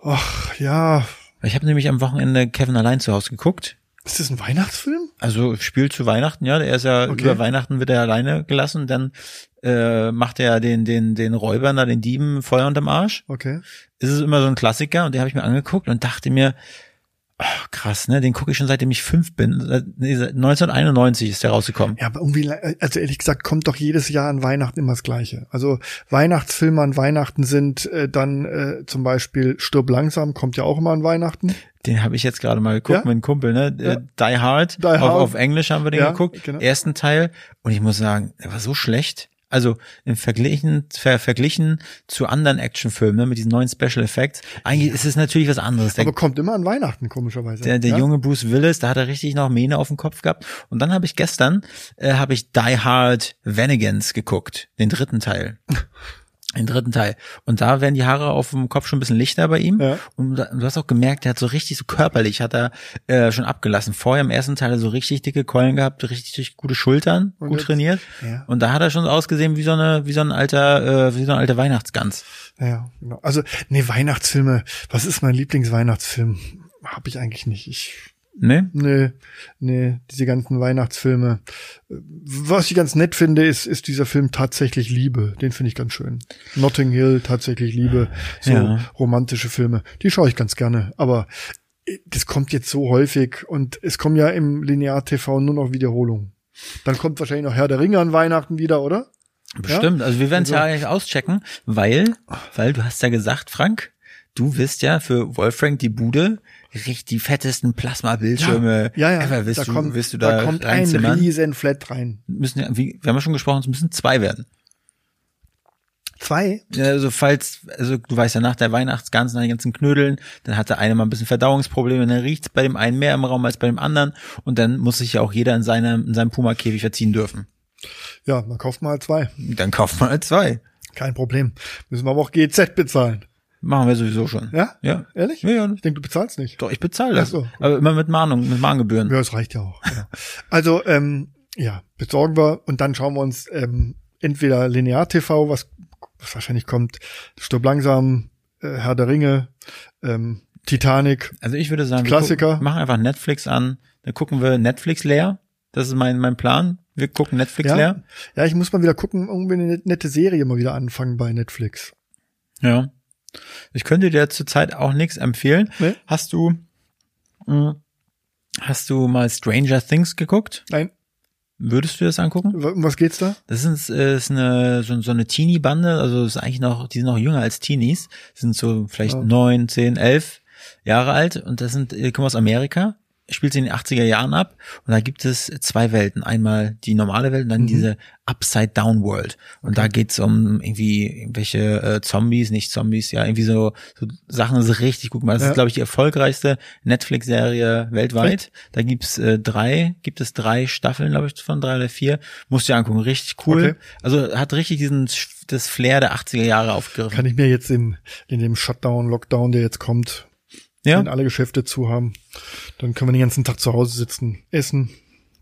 S3: Ach ja,
S1: Ich habe nämlich am Wochenende Kevin allein zu Hause geguckt.
S3: ist das ein Weihnachtsfilm?
S1: Also spielt zu Weihnachten, ja. Er ist ja
S3: Okay.
S1: über Weihnachten wird er alleine gelassen. Dann äh, macht er den den den Räubern da den Dieben Feuer unterm Arsch.
S3: Okay.
S1: Es ist immer so ein Klassiker und den habe ich mir angeguckt und dachte mir, oh, krass, ne, den gucke ich schon seitdem ich fünf bin. Seit, nee, seit 1991 ist der rausgekommen.
S3: Ja, aber irgendwie, le- also ehrlich gesagt, kommt doch jedes Jahr an Weihnachten immer das Gleiche. Also Weihnachtsfilme an Weihnachten sind äh, dann äh, zum Beispiel Stirb langsam, kommt ja auch immer an Weihnachten.
S1: Den habe ich jetzt gerade mal geguckt
S3: Ja?
S1: mit einem Kumpel, ne?
S3: Ja.
S1: Äh, Die Hard.
S3: Die Hard.
S1: Auf, auf Englisch haben wir den
S3: Ja,
S1: geguckt.
S3: genau.
S1: Ersten Teil. Und ich muss sagen, der war so schlecht. Also im Verglichen, ver, verglichen zu anderen Actionfilmen ne, mit diesen neuen Special Effects. Eigentlich ist es natürlich was anderes. Der,
S3: Aber kommt immer an Weihnachten, komischerweise.
S1: der, der
S3: ja?
S1: junge Bruce Willis, da hat er richtig noch Mähne auf dem Kopf gehabt. Und dann habe ich gestern, äh, habe ich Die Hard Vanagons geguckt, den dritten Teil. Den dritten Teil. Und da werden die Haare auf dem Kopf schon ein bisschen lichter bei ihm.
S3: Ja.
S1: Und da- und du hast auch gemerkt, der hat so richtig, so körperlich hat er äh, schon abgelassen. Vorher im ersten Teil hat er so richtig dicke Keulen gehabt, richtig, richtig gute Schultern,
S3: Und
S1: gut
S3: jetzt-
S1: trainiert.
S3: Ja.
S1: Und da hat er schon so ausgesehen wie so eine, wie so ein alter, äh, wie so eine alte Weihnachtsgans.
S3: Ja, genau. Also, nee, Weihnachtsfilme. Was ist mein Lieblingsweihnachtsfilm? Hab ich eigentlich nicht. Ich
S1: Ne?
S3: Nee, nee, ne, diese ganzen Weihnachtsfilme. Was ich ganz nett finde, ist, ist dieser Film Tatsächlich Liebe. Den finde ich ganz schön. Notting Hill, Tatsächlich Liebe. So
S1: Ja.
S3: romantische Filme. Die schaue ich ganz gerne. Aber äh, das kommt jetzt so häufig und es kommen ja im Linear-TV nur noch Wiederholungen. Dann kommt wahrscheinlich noch Herr der Ringe an Weihnachten wieder, oder?
S1: Bestimmt. Also wir werden es ja
S3: Also-
S1: eigentlich auschecken, weil, weil du hast ja gesagt, Frank, du wirst ja für Wolfrank die Bude richtig die fettesten Plasma-Bildschirme
S3: Ja, ja.
S1: ever wirst
S3: da
S1: Äh, du,
S3: kommt,
S1: wirst du da,
S3: da kommt ein
S1: reinzimmern.
S3: riesen Flat rein.
S1: müssen ja, wie, wir haben ja schon gesprochen, es müssen zwei werden.
S3: Zwei?
S1: Ja, Also falls, also du weißt ja nach der Weihnachtsgans, nach den ganzen Knödeln, dann hat der eine mal ein bisschen Verdauungsprobleme, dann riecht's bei dem einen mehr im Raum als bei dem anderen und dann muss sich ja auch jeder in seinem, in seinem Puma-Käfig verziehen dürfen.
S3: Ja, dann kauft mal zwei.
S1: Dann kauft man halt zwei.
S3: Kein Problem. Müssen wir aber auch GEZ bezahlen.
S1: Machen wir sowieso schon.
S3: Ja?
S1: Ja.
S3: Ehrlich?
S1: Ja, ja.
S3: Ich denke, du bezahlst nicht.
S1: Doch, ich bezahle das.
S3: Ach so.
S1: Aber immer mit Mahnung, mit Mahngebühren.
S3: Ja, es reicht ja auch. Ja. Also, ähm, ja, besorgen wir und dann schauen wir uns ähm, entweder Linear TV, was, was wahrscheinlich kommt, Stirb langsam, äh, Herr der Ringe, ähm, Titanic.
S1: Also ich würde sagen, wir
S3: Klassiker.
S1: gucken- machen einfach Netflix an, dann gucken wir Netflix leer. Das ist mein, mein Plan. Wir gucken Netflix
S3: Ja,
S1: leer.
S3: ja, ich muss mal wieder gucken, irgendwie eine nette Serie mal wieder anfangen bei Netflix.
S1: Ja. Ich könnte dir zurzeit auch nichts empfehlen.
S3: Nee?
S1: Hast du, mh, hast du mal Stranger Things geguckt?
S3: Nein,
S1: Würdest du das angucken?
S3: w- um was geht's da?
S1: Das ist, äh, ist eine, so, so eine Teenie-Bande, also ist eigentlich noch, die sind noch jünger als Teenies, sind so vielleicht
S3: Ja.
S1: neun, zehn, elf Jahre alt und das sind, äh, kommen aus Amerika, spielt sie in den 80er Jahren ab und da gibt es zwei Welten. Einmal die normale Welt und dann diese Upside-Down-World. Und da geht's um irgendwie irgendwelche äh, Zombies, nicht Zombies, ja, irgendwie so, so Sachen, das ist richtig gut gemacht. Das
S3: Ja.
S1: ist, glaube ich, die erfolgreichste Netflix-Serie weltweit. Da gibt's äh, drei, gibt es drei Staffeln, glaube ich, von drei oder vier. Musst du dir angucken, richtig cool.
S3: Okay.
S1: Also hat richtig diesen Sch- das Flair der 80er Jahre aufgegriffen.
S3: Kann ich mir jetzt in, in dem Shutdown, Lockdown, der jetzt kommt,
S1: Ja.
S3: wenn alle Geschäfte zu haben, dann können wir den ganzen Tag zu Hause sitzen, essen,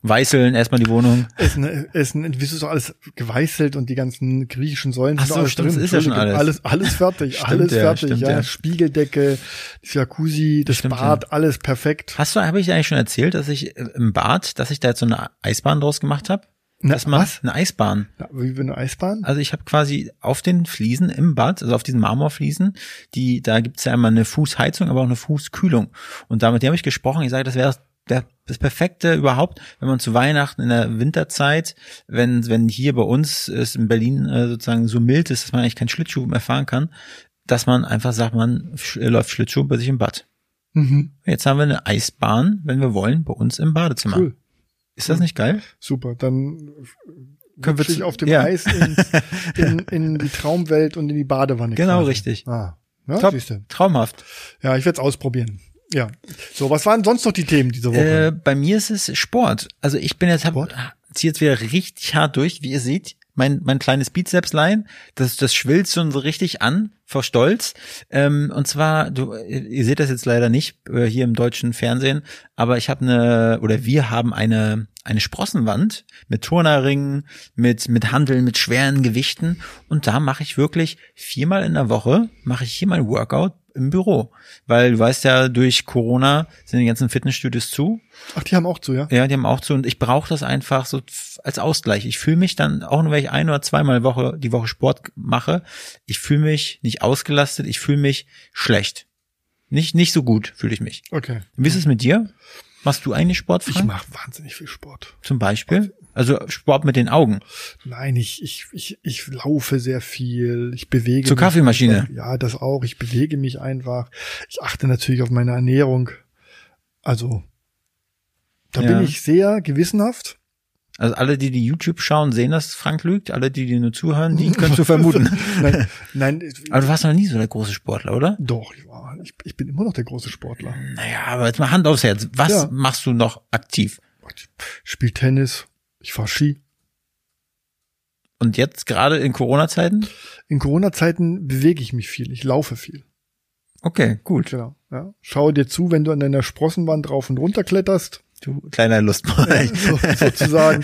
S1: Weißeln erstmal die Wohnung.
S3: Essen, äh, Essen, wieso ist doch alles geweißelt und die ganzen griechischen Säulen
S1: Ach so,
S3: doch alles
S1: stimmt, ist ja schon
S3: Entschuldigung,
S1: alles.
S3: alles. Alles fertig,
S1: Stimmt,
S3: alles
S1: ja,
S3: fertig,
S1: stimmt,
S3: ja.
S1: ja.
S3: Spiegeldecke, das Jacuzzi, das
S1: Stimmt,
S3: Bad, alles perfekt.
S1: Hast du, habe ich dir eigentlich schon erzählt, dass ich äh, im Bad, dass ich da jetzt so eine Eisbahn draus gemacht habe?
S3: Na,
S1: dass man
S3: was?
S1: eine Eisbahn.
S3: Ja, wie eine Eisbahn?
S1: Also ich habe quasi auf den Fliesen im Bad, also auf diesen Marmorfliesen, die, da gibt's ja immer eine Fußheizung, aber auch eine Fußkühlung. Und damit habe ich gesprochen, ich sage, das wäre das, der- das Perfekte überhaupt, wenn man zu Weihnachten in der Winterzeit, wenn, wenn hier bei uns es in Berlin äh, sozusagen so mild ist, dass man eigentlich keinen Schlittschuh mehr fahren kann, dass man einfach sagt, man sch- äh, läuft Schlittschuh bei sich im Bad.
S3: Mhm,
S1: Jetzt haben wir eine Eisbahn, wenn wir wollen, bei uns im Badezimmer.
S3: cool.
S1: Ist das nicht geil?
S3: Super. Dann
S1: Können wir
S3: rutsch ich
S1: zu-
S3: auf dem
S1: ja.
S3: Eis ins, in, in die Traumwelt und in die Badewanne.
S1: Genau,
S3: quasi.
S1: richtig.
S3: Ah. Ja,
S1: Top.
S3: siehste.
S1: Traumhaft.
S3: ja, ich werde es ausprobieren. Ja. So, was waren sonst noch die Themen diese Woche?
S1: Äh, bei mir ist es Sport. Also ich bin jetzt hab,
S3: Sport?
S1: zieh jetzt wieder richtig hart durch, wie ihr seht. Mein, mein kleines Bizepslein, das, das schwillt schon so richtig an vor Stolz. Ähm, und zwar, du, ihr seht das jetzt leider nicht äh, hier im deutschen Fernsehen, aber ich habe eine, oder wir haben eine, eine Sprossenwand mit Turnerringen, mit, mit Handeln, mit schweren Gewichten. Und da mache ich wirklich viermal in der Woche, mache ich hier mein Workout im Büro. Weil du weißt ja, durch Corona sind die ganzen Fitnessstudios zu
S3: Ach, die haben auch zu, ja?
S1: ja, die haben auch zu und ich brauche das einfach so f- als Ausgleich. Ich fühle mich dann, auch nur wenn ich ein oder zweimal Woche, die Woche Sport mache, ich fühle mich nicht ausgelastet, ich fühle mich schlecht. Nicht, nicht so gut fühle ich mich.
S3: Okay. Hm?
S1: Wie ist es mit dir? Machst du eigentlich Sport,
S3: Ich
S1: Frank?
S3: mache wahnsinnig viel Sport.
S1: Zum Beispiel? Also Sport mit den Augen.
S3: Nein, ich, ich, ich, ich laufe sehr viel, ich bewege
S1: Zur
S3: mich.
S1: Kaffeemaschine.
S3: Ja, das auch. Ich bewege mich einfach. Ich achte natürlich auf meine Ernährung. Also, da
S1: Ja.
S3: bin ich sehr gewissenhaft.
S1: Also alle, die die YouTube schauen, sehen, dass Frank lügt. Alle, die dir nur zuhören, die können du vermuten.
S3: Nein, nein ich-
S1: Aber du warst noch nie so der große Sportler, oder?
S3: doch, ich, war- ich, ich bin immer noch der große Sportler.
S1: Naja, aber jetzt mal Hand aufs Herz. Was
S3: Ja.
S1: machst du noch aktiv?
S3: Ich spiele Tennis, ich fahre Ski.
S1: Und jetzt gerade in Corona-Zeiten?
S3: In Corona-Zeiten bewege ich mich viel, ich laufe viel.
S1: Okay, gut.
S3: Genau. Ja. Schau dir zu, wenn du an deiner Sprossenwand drauf und runter kletterst,
S1: Du kleiner Lustbereich.
S3: so, sozusagen.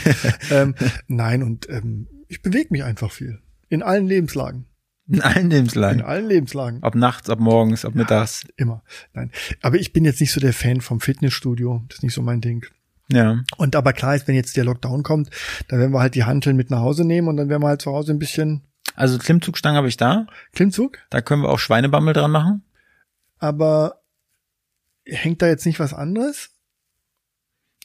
S3: ähm, nein, und ähm, ich bewege mich einfach viel. In allen Lebenslagen.
S1: In allen
S3: In
S1: Lebenslagen.
S3: allen Lebenslagen.
S1: Ob nachts, ob morgens, ob mittags.
S3: Immer. Nein. Aber ich bin jetzt nicht so der Fan vom Fitnessstudio. Das ist nicht so mein Ding.
S1: Ja.
S3: Und aber klar ist, wenn jetzt der Lockdown kommt, dann werden wir halt die Hanteln mit nach Hause nehmen und dann werden wir halt zu Hause ein bisschen
S1: Also Klimmzugstangen habe ich da.
S3: Klimmzug.
S1: Da können wir auch Schweinebammel dran machen.
S3: Aber hängt da jetzt nicht was anderes?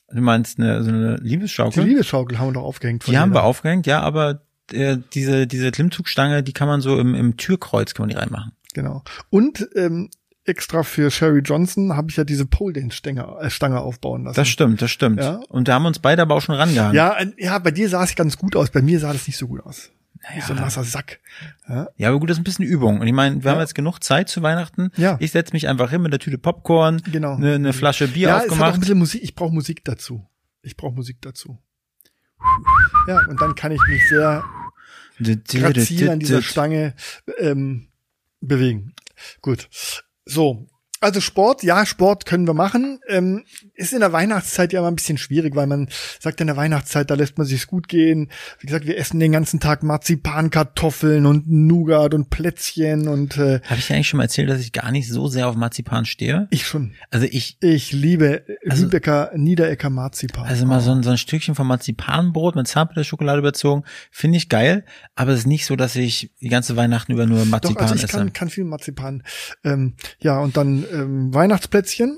S1: Du meinst eine, so eine
S3: Die
S1: Liebesschaukel?
S3: Liebesschaukel haben wir doch aufgehängt.
S1: die haben wir aufgehängt, ja, aber äh, diese, diese Klimmzugstange, die kann man so im, im Türkreuz kann man die reinmachen.
S3: Genau. Und ähm, extra für Sherry Johnson habe ich ja diese Pole Dance Stange, äh, Stange aufbauen lassen.
S1: Das stimmt, das stimmt.
S3: Ja.
S1: Und da haben uns beide aber auch schon rangehangen.
S3: Ja, ein- ja, bei dir sah es ganz gut aus. Bei mir sah das nicht so gut aus. Wie So ein
S1: naja.
S3: nasser Sack. Ja,
S1: ja, aber gut, das ist ein bisschen Übung. Und ich meine, wir
S3: Ja.
S1: haben jetzt genug Zeit zu Weihnachten.
S3: Ja.
S1: Ich setze mich einfach hin mit einer Tüte Popcorn,
S3: genau.
S1: eine, eine Flasche Bier
S3: ja, es hat auch ein
S1: aufgemacht.
S3: bisschen Musik. Ich brauche Musik dazu. Ich brauche Musik dazu. Ja, und dann kann ich mich sehr grazil an dieser Stange ähm, bewegen. Gut. So. Also Sport, ja, Sport können wir machen. Ähm, ist in der Weihnachtszeit ja immer ein bisschen schwierig, weil man sagt, in der Weihnachtszeit, da lässt man sich's gut gehen. Wie gesagt, wir essen den ganzen Tag Marzipankartoffeln und Nougat und Plätzchen und äh,
S1: Habe ich dir eigentlich schon mal erzählt, dass ich gar nicht so sehr auf Marzipan stehe?
S3: ich schon.
S1: Also ich,
S3: Ich liebe
S1: Also-
S3: Lübecker Niederecker Marzipan.
S1: also mal so ein, so ein Stückchen von Marzipanbrot mit Zartbitterschokolade überzogen, finde ich geil, aber es ist nicht so, dass ich die ganze Weihnachten über nur
S3: Doch,
S1: Marzipan
S3: also ich
S1: esse.
S3: kann, kann viel Marzipan. Ähm, ja, und dann ähm, Weihnachtsplätzchen.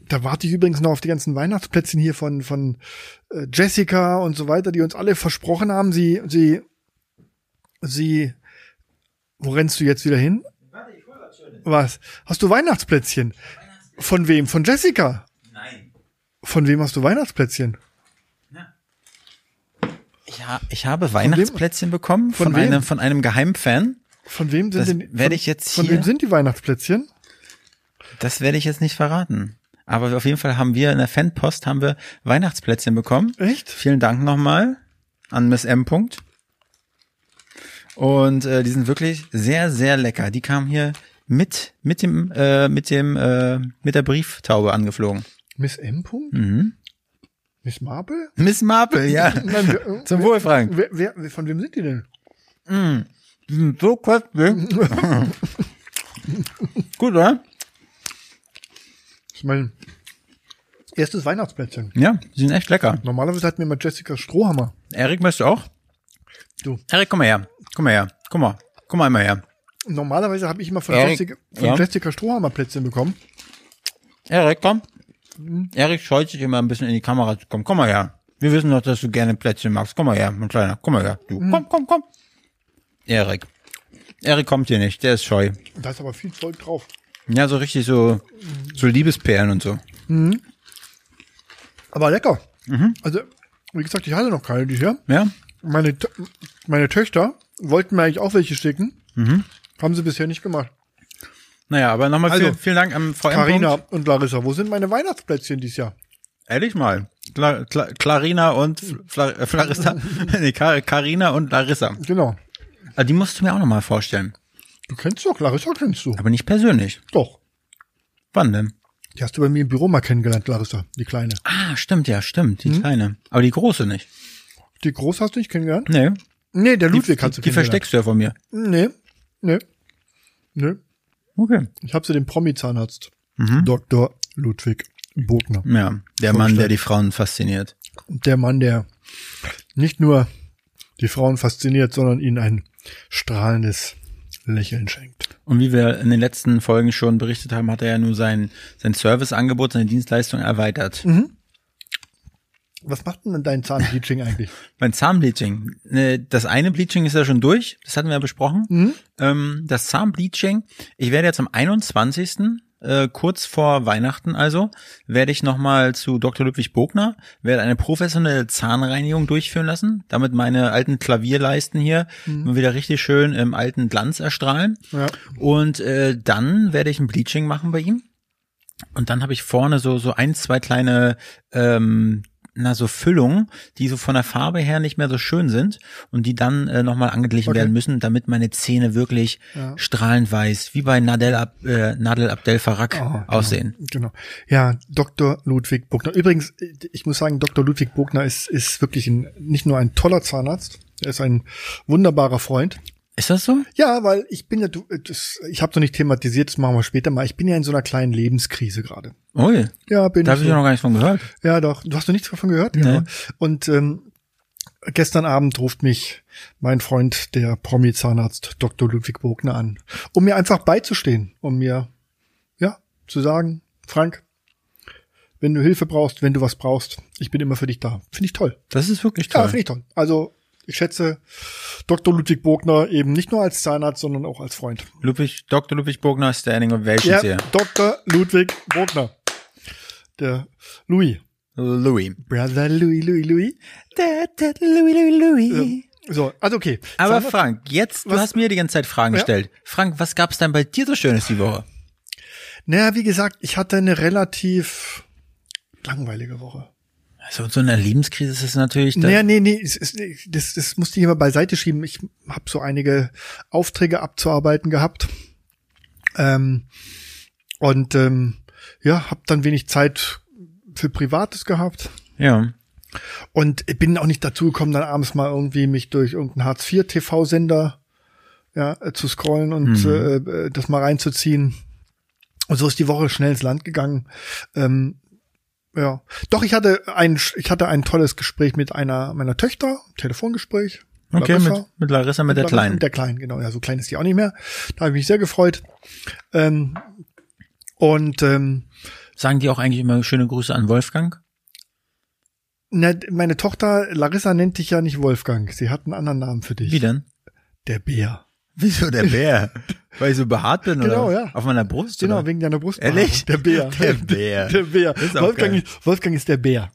S3: Da warte ich übrigens noch auf die ganzen Weihnachtsplätzchen hier von, von äh, Jessica und so weiter, die uns alle versprochen haben, sie, sie, sie, wo rennst du jetzt wieder hin? Was? Hast du Weihnachtsplätzchen? Von wem? Von Jessica?
S1: Nein.
S3: Von wem hast du Weihnachtsplätzchen?
S1: Ich, ha ich habe Weihnachtsplätzchen bekommen
S3: Von
S1: von,
S3: wem?
S1: einem von einem Geheimfan.
S3: Von wem sind
S1: Das
S3: denn,
S1: werde
S3: von,
S1: ich jetzt
S3: von
S1: hier-
S3: wem sind die Weihnachtsplätzchen?
S1: Das werde ich jetzt nicht verraten. Aber auf jeden Fall haben wir in der Fanpost haben wir Weihnachtsplätzchen bekommen.
S3: Echt?
S1: Vielen Dank nochmal an Miss M. Punkt. Und äh, die sind wirklich sehr, sehr lecker. Die kamen hier mit mit dem äh, mit dem äh, mit der Brieftaube angeflogen.
S3: Miss M. Punkt?
S1: Mhm.
S3: Miss Marple?
S1: Miss Marple, ja.
S3: Nein, wir- äh,
S1: Zum Wohl, Frank.
S3: Wer, wer, von wem sind die denn?
S1: Die sind so köstlich. Gut, oder?
S3: Ich meine, Erstes Weihnachtsplätzchen.
S1: Ja, die sind echt lecker.
S3: Normalerweise hat mir mal Jessica Strohhammer.
S1: Erik, möchtest du auch?
S3: Du.
S1: Erik, komm mal her. Komm mal her. Komm mal. Komm mal einmal her.
S3: Normalerweise habe ich immer von,
S1: Erik,
S3: Jessica, von
S1: ja?
S3: Jessica Strohhammer Plätzchen bekommen.
S1: Erik, komm. Erik scheut sich immer ein bisschen in die Kamera zu kommen. Komm mal her. Wir wissen doch, dass du gerne Plätzchen magst. Komm mal her, mein Kleiner. Komm mal her. Du.
S3: Mhm.
S1: Komm, komm, komm. Erik. Erik kommt hier nicht. Der ist scheu.
S3: Da ist aber viel Zeug drauf.
S1: Ja, so richtig so, so Liebesperlen und so.
S3: Aber lecker.
S1: Mhm.
S3: Also, wie gesagt, ich hatte noch keine bisher.
S1: Ja?
S3: Meine, Tö- meine Töchter wollten mir eigentlich auch welche schicken.
S1: Mhm.
S3: Haben sie bisher nicht gemacht.
S1: Naja, aber nochmal
S3: Also,
S1: vielen, vielen Dank an VM.
S3: Carina und Larissa, wo sind meine Weihnachtsplätzchen dieses Jahr?
S1: Ehrlich mal. Cla Cla Clarina und Fla äh, Clarissa. nee, Car Carina und Larissa.
S3: Genau.
S1: Ah, die musst du mir auch nochmal vorstellen.
S3: Du kennst doch, Larissa kennst du.
S1: Aber nicht persönlich.
S3: Doch.
S1: Wann denn?
S3: Die hast du bei mir im Büro mal kennengelernt, Larissa, die Kleine.
S1: Ah, stimmt, ja, stimmt.
S3: Hm?
S1: Die kleine. Aber die große nicht.
S3: Die Groß hast du nicht kennengelernt?
S1: Nee.
S3: Nee, der
S1: Die,
S3: Ludwig hat
S1: die,
S3: sie
S1: die versteckst du ja von mir.
S3: Nee, nee, nee.
S1: Okay.
S3: Ich habe sie dem Promi-Zahnarzt.
S1: Mhm.
S3: Dr. Ludwig Bogner.
S1: Ja, der Mann, der die Frauen fasziniert.
S3: Der Mann, der nicht nur die Frauen fasziniert, sondern ihnen ein strahlendes Lächeln schenkt.
S1: Und wie wir in den letzten Folgen schon berichtet haben, hat er ja nur sein, sein Serviceangebot, seine Dienstleistung erweitert.
S3: Was macht denn dein Zahnbleaching eigentlich?
S1: Mein Zahnbleaching. Ne, Das eine Bleaching ist ja schon durch, das hatten wir ja besprochen. Ähm, Das Zahnbleaching, ich werde jetzt am 21. äh, kurz vor Weihnachten also, werde ich nochmal zu Dr. Ludwig Bogner, werde eine professionelle Zahnreinigung durchführen lassen, damit meine alten Klavierleisten hier wieder richtig schön im alten Glanz erstrahlen.
S3: Ja.
S1: Und äh, dann werde ich ein Bleaching machen bei ihm. Und dann habe ich vorne so, so ein, zwei kleine, ähm, na, so Füllungen, die so von der Farbe her nicht mehr so schön sind und die dann äh, nochmal angeglichen
S3: Okay.
S1: werden müssen, damit meine Zähne wirklich strahlend weiß, wie bei Nadel, Ab, äh, Nadel Abdel Farak aussehen.
S3: Oh, Genau. Ja, Dr. Ludwig Bogner. Übrigens, ich muss sagen, Dr. Ludwig Bogner ist, ist wirklich ein, nicht nur ein toller Zahnarzt, er ist ein wunderbarer Freund.
S1: Ist das so?
S3: Ja, weil ich bin ja, du, äh, das, ich habe noch nicht thematisiert, das machen wir später mal. Ich bin ja in so einer kleinen Lebenskrise gerade.
S1: Ui,
S3: Ja, bin
S1: da habe
S3: ich.
S1: ich
S3: so.
S1: ja noch gar nichts von gehört.
S3: Ja, doch. Du hast noch nichts davon gehört?
S1: Nee.
S3: Und ähm, gestern Abend ruft mich mein Freund, der Promi-Zahnarzt Dr. Ludwig Bogner an, um mir einfach beizustehen, um mir ja zu sagen, Frank, wenn du Hilfe brauchst, wenn du was brauchst, ich bin immer für dich da. Finde ich toll.
S1: Das ist wirklich
S3: Ja,
S1: toll.
S3: finde ich toll. Also ich schätze Dr. Ludwig Bogner eben nicht nur als Zahnarzt, sondern auch als Freund.
S1: Ludwig, Dr. Ludwig Bogner, Standing Ovations
S3: Ja,
S1: hier.
S3: Dr. Ludwig Bogner. Der Louis.
S1: Louis.
S3: Brother Louis, Louis, Louis.
S1: Da, da, Louis, Louis, Louis.
S3: So, also okay.
S1: Aber
S3: Zahnarzt-
S1: Frank, jetzt, du
S3: was-
S1: hast mir die ganze Zeit Fragen
S3: Ja.
S1: gestellt. Frank, was gab's denn bei dir so Schönes die Woche?
S3: naja, wie gesagt, ich hatte eine relativ langweilige Woche.
S1: Also in so einer Lebenskrise ist es natürlich. Da,
S3: naja, nee, nee, es, ist- das, das musste ich immer beiseite schieben. Ich habe so einige Aufträge abzuarbeiten gehabt. Ähm, und ähm, ja, habe dann wenig Zeit für Privates gehabt.
S1: ja.
S3: Und bin auch nicht dazu gekommen, dann abends mal irgendwie mich durch irgendeinen Hartz-IV-TV-Sender ja, äh, zu scrollen und
S1: Mhm.
S3: äh, äh, das mal reinzuziehen. Und so ist die Woche schnell ins Land gegangen. Ähm, ja. Doch, ich hatte ein, ich hatte ein tolles Gespräch mit einer meiner Töchter, Telefongespräch.
S1: Okay,
S3: Larissa.
S1: mit, mit Larissa, mit der
S3: Larissa
S1: Kleinen.
S3: Mit der Kleinen, genau. Ja, so klein ist die auch nicht mehr. Da habe ich mich sehr gefreut. Ähm, und ähm,
S1: Sagen die auch eigentlich immer schöne Grüße an Wolfgang?
S3: na, meine Tochter Larissa nennt dich ja nicht Wolfgang. Sie hat einen anderen Namen für dich.
S1: Wie denn?
S3: Der Bär.
S1: Wieso der Bär? Weil ich so behaart bin
S3: Genau,
S1: oder
S3: ja.
S1: auf meiner Brust?
S3: Genau,
S1: oder?
S3: wegen deiner Brust.
S1: Ehrlich?
S3: Der Bär.
S1: Der Bär.
S3: Der Bär.
S1: Das ist auch
S3: Wolfgang,
S1: geil.
S3: ist, Wolfgang ist der Bär.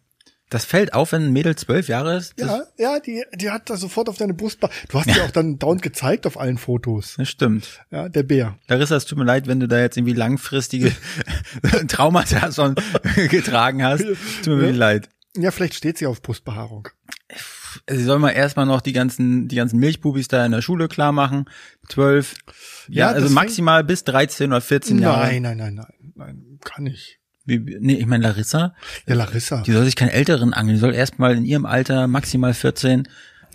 S1: Das fällt auf, wenn ein Mädel zwölf Jahre ist. Das,
S3: Ja, ja, die, die hat da sofort auf deine Brust. Du hast ja auch dann dauernd gezeigt auf allen Fotos.
S1: das stimmt.
S3: Ja, der Bär.
S1: Larissa, es tut mir leid, wenn du da jetzt irgendwie langfristige Traumata schon getragen hast. Tut mir wirklich leid.
S3: Ja, vielleicht steht sie auf Brustbehaarung.
S1: Sie soll mal erstmal noch die ganzen, die ganzen Milchbubis da in der Schule klar machen. Zwölf. Ja,
S3: Ja,
S1: also
S3: das fängt-
S1: maximal bis 13 oder 14 Jahre.
S3: Nein, nein, nein, nein, nein, kann ich.
S1: Wie, nee, ich meine Larissa,
S3: Ja, Larissa.
S1: die soll sich keinen älteren angeln, die soll erstmal in ihrem Alter maximal 14.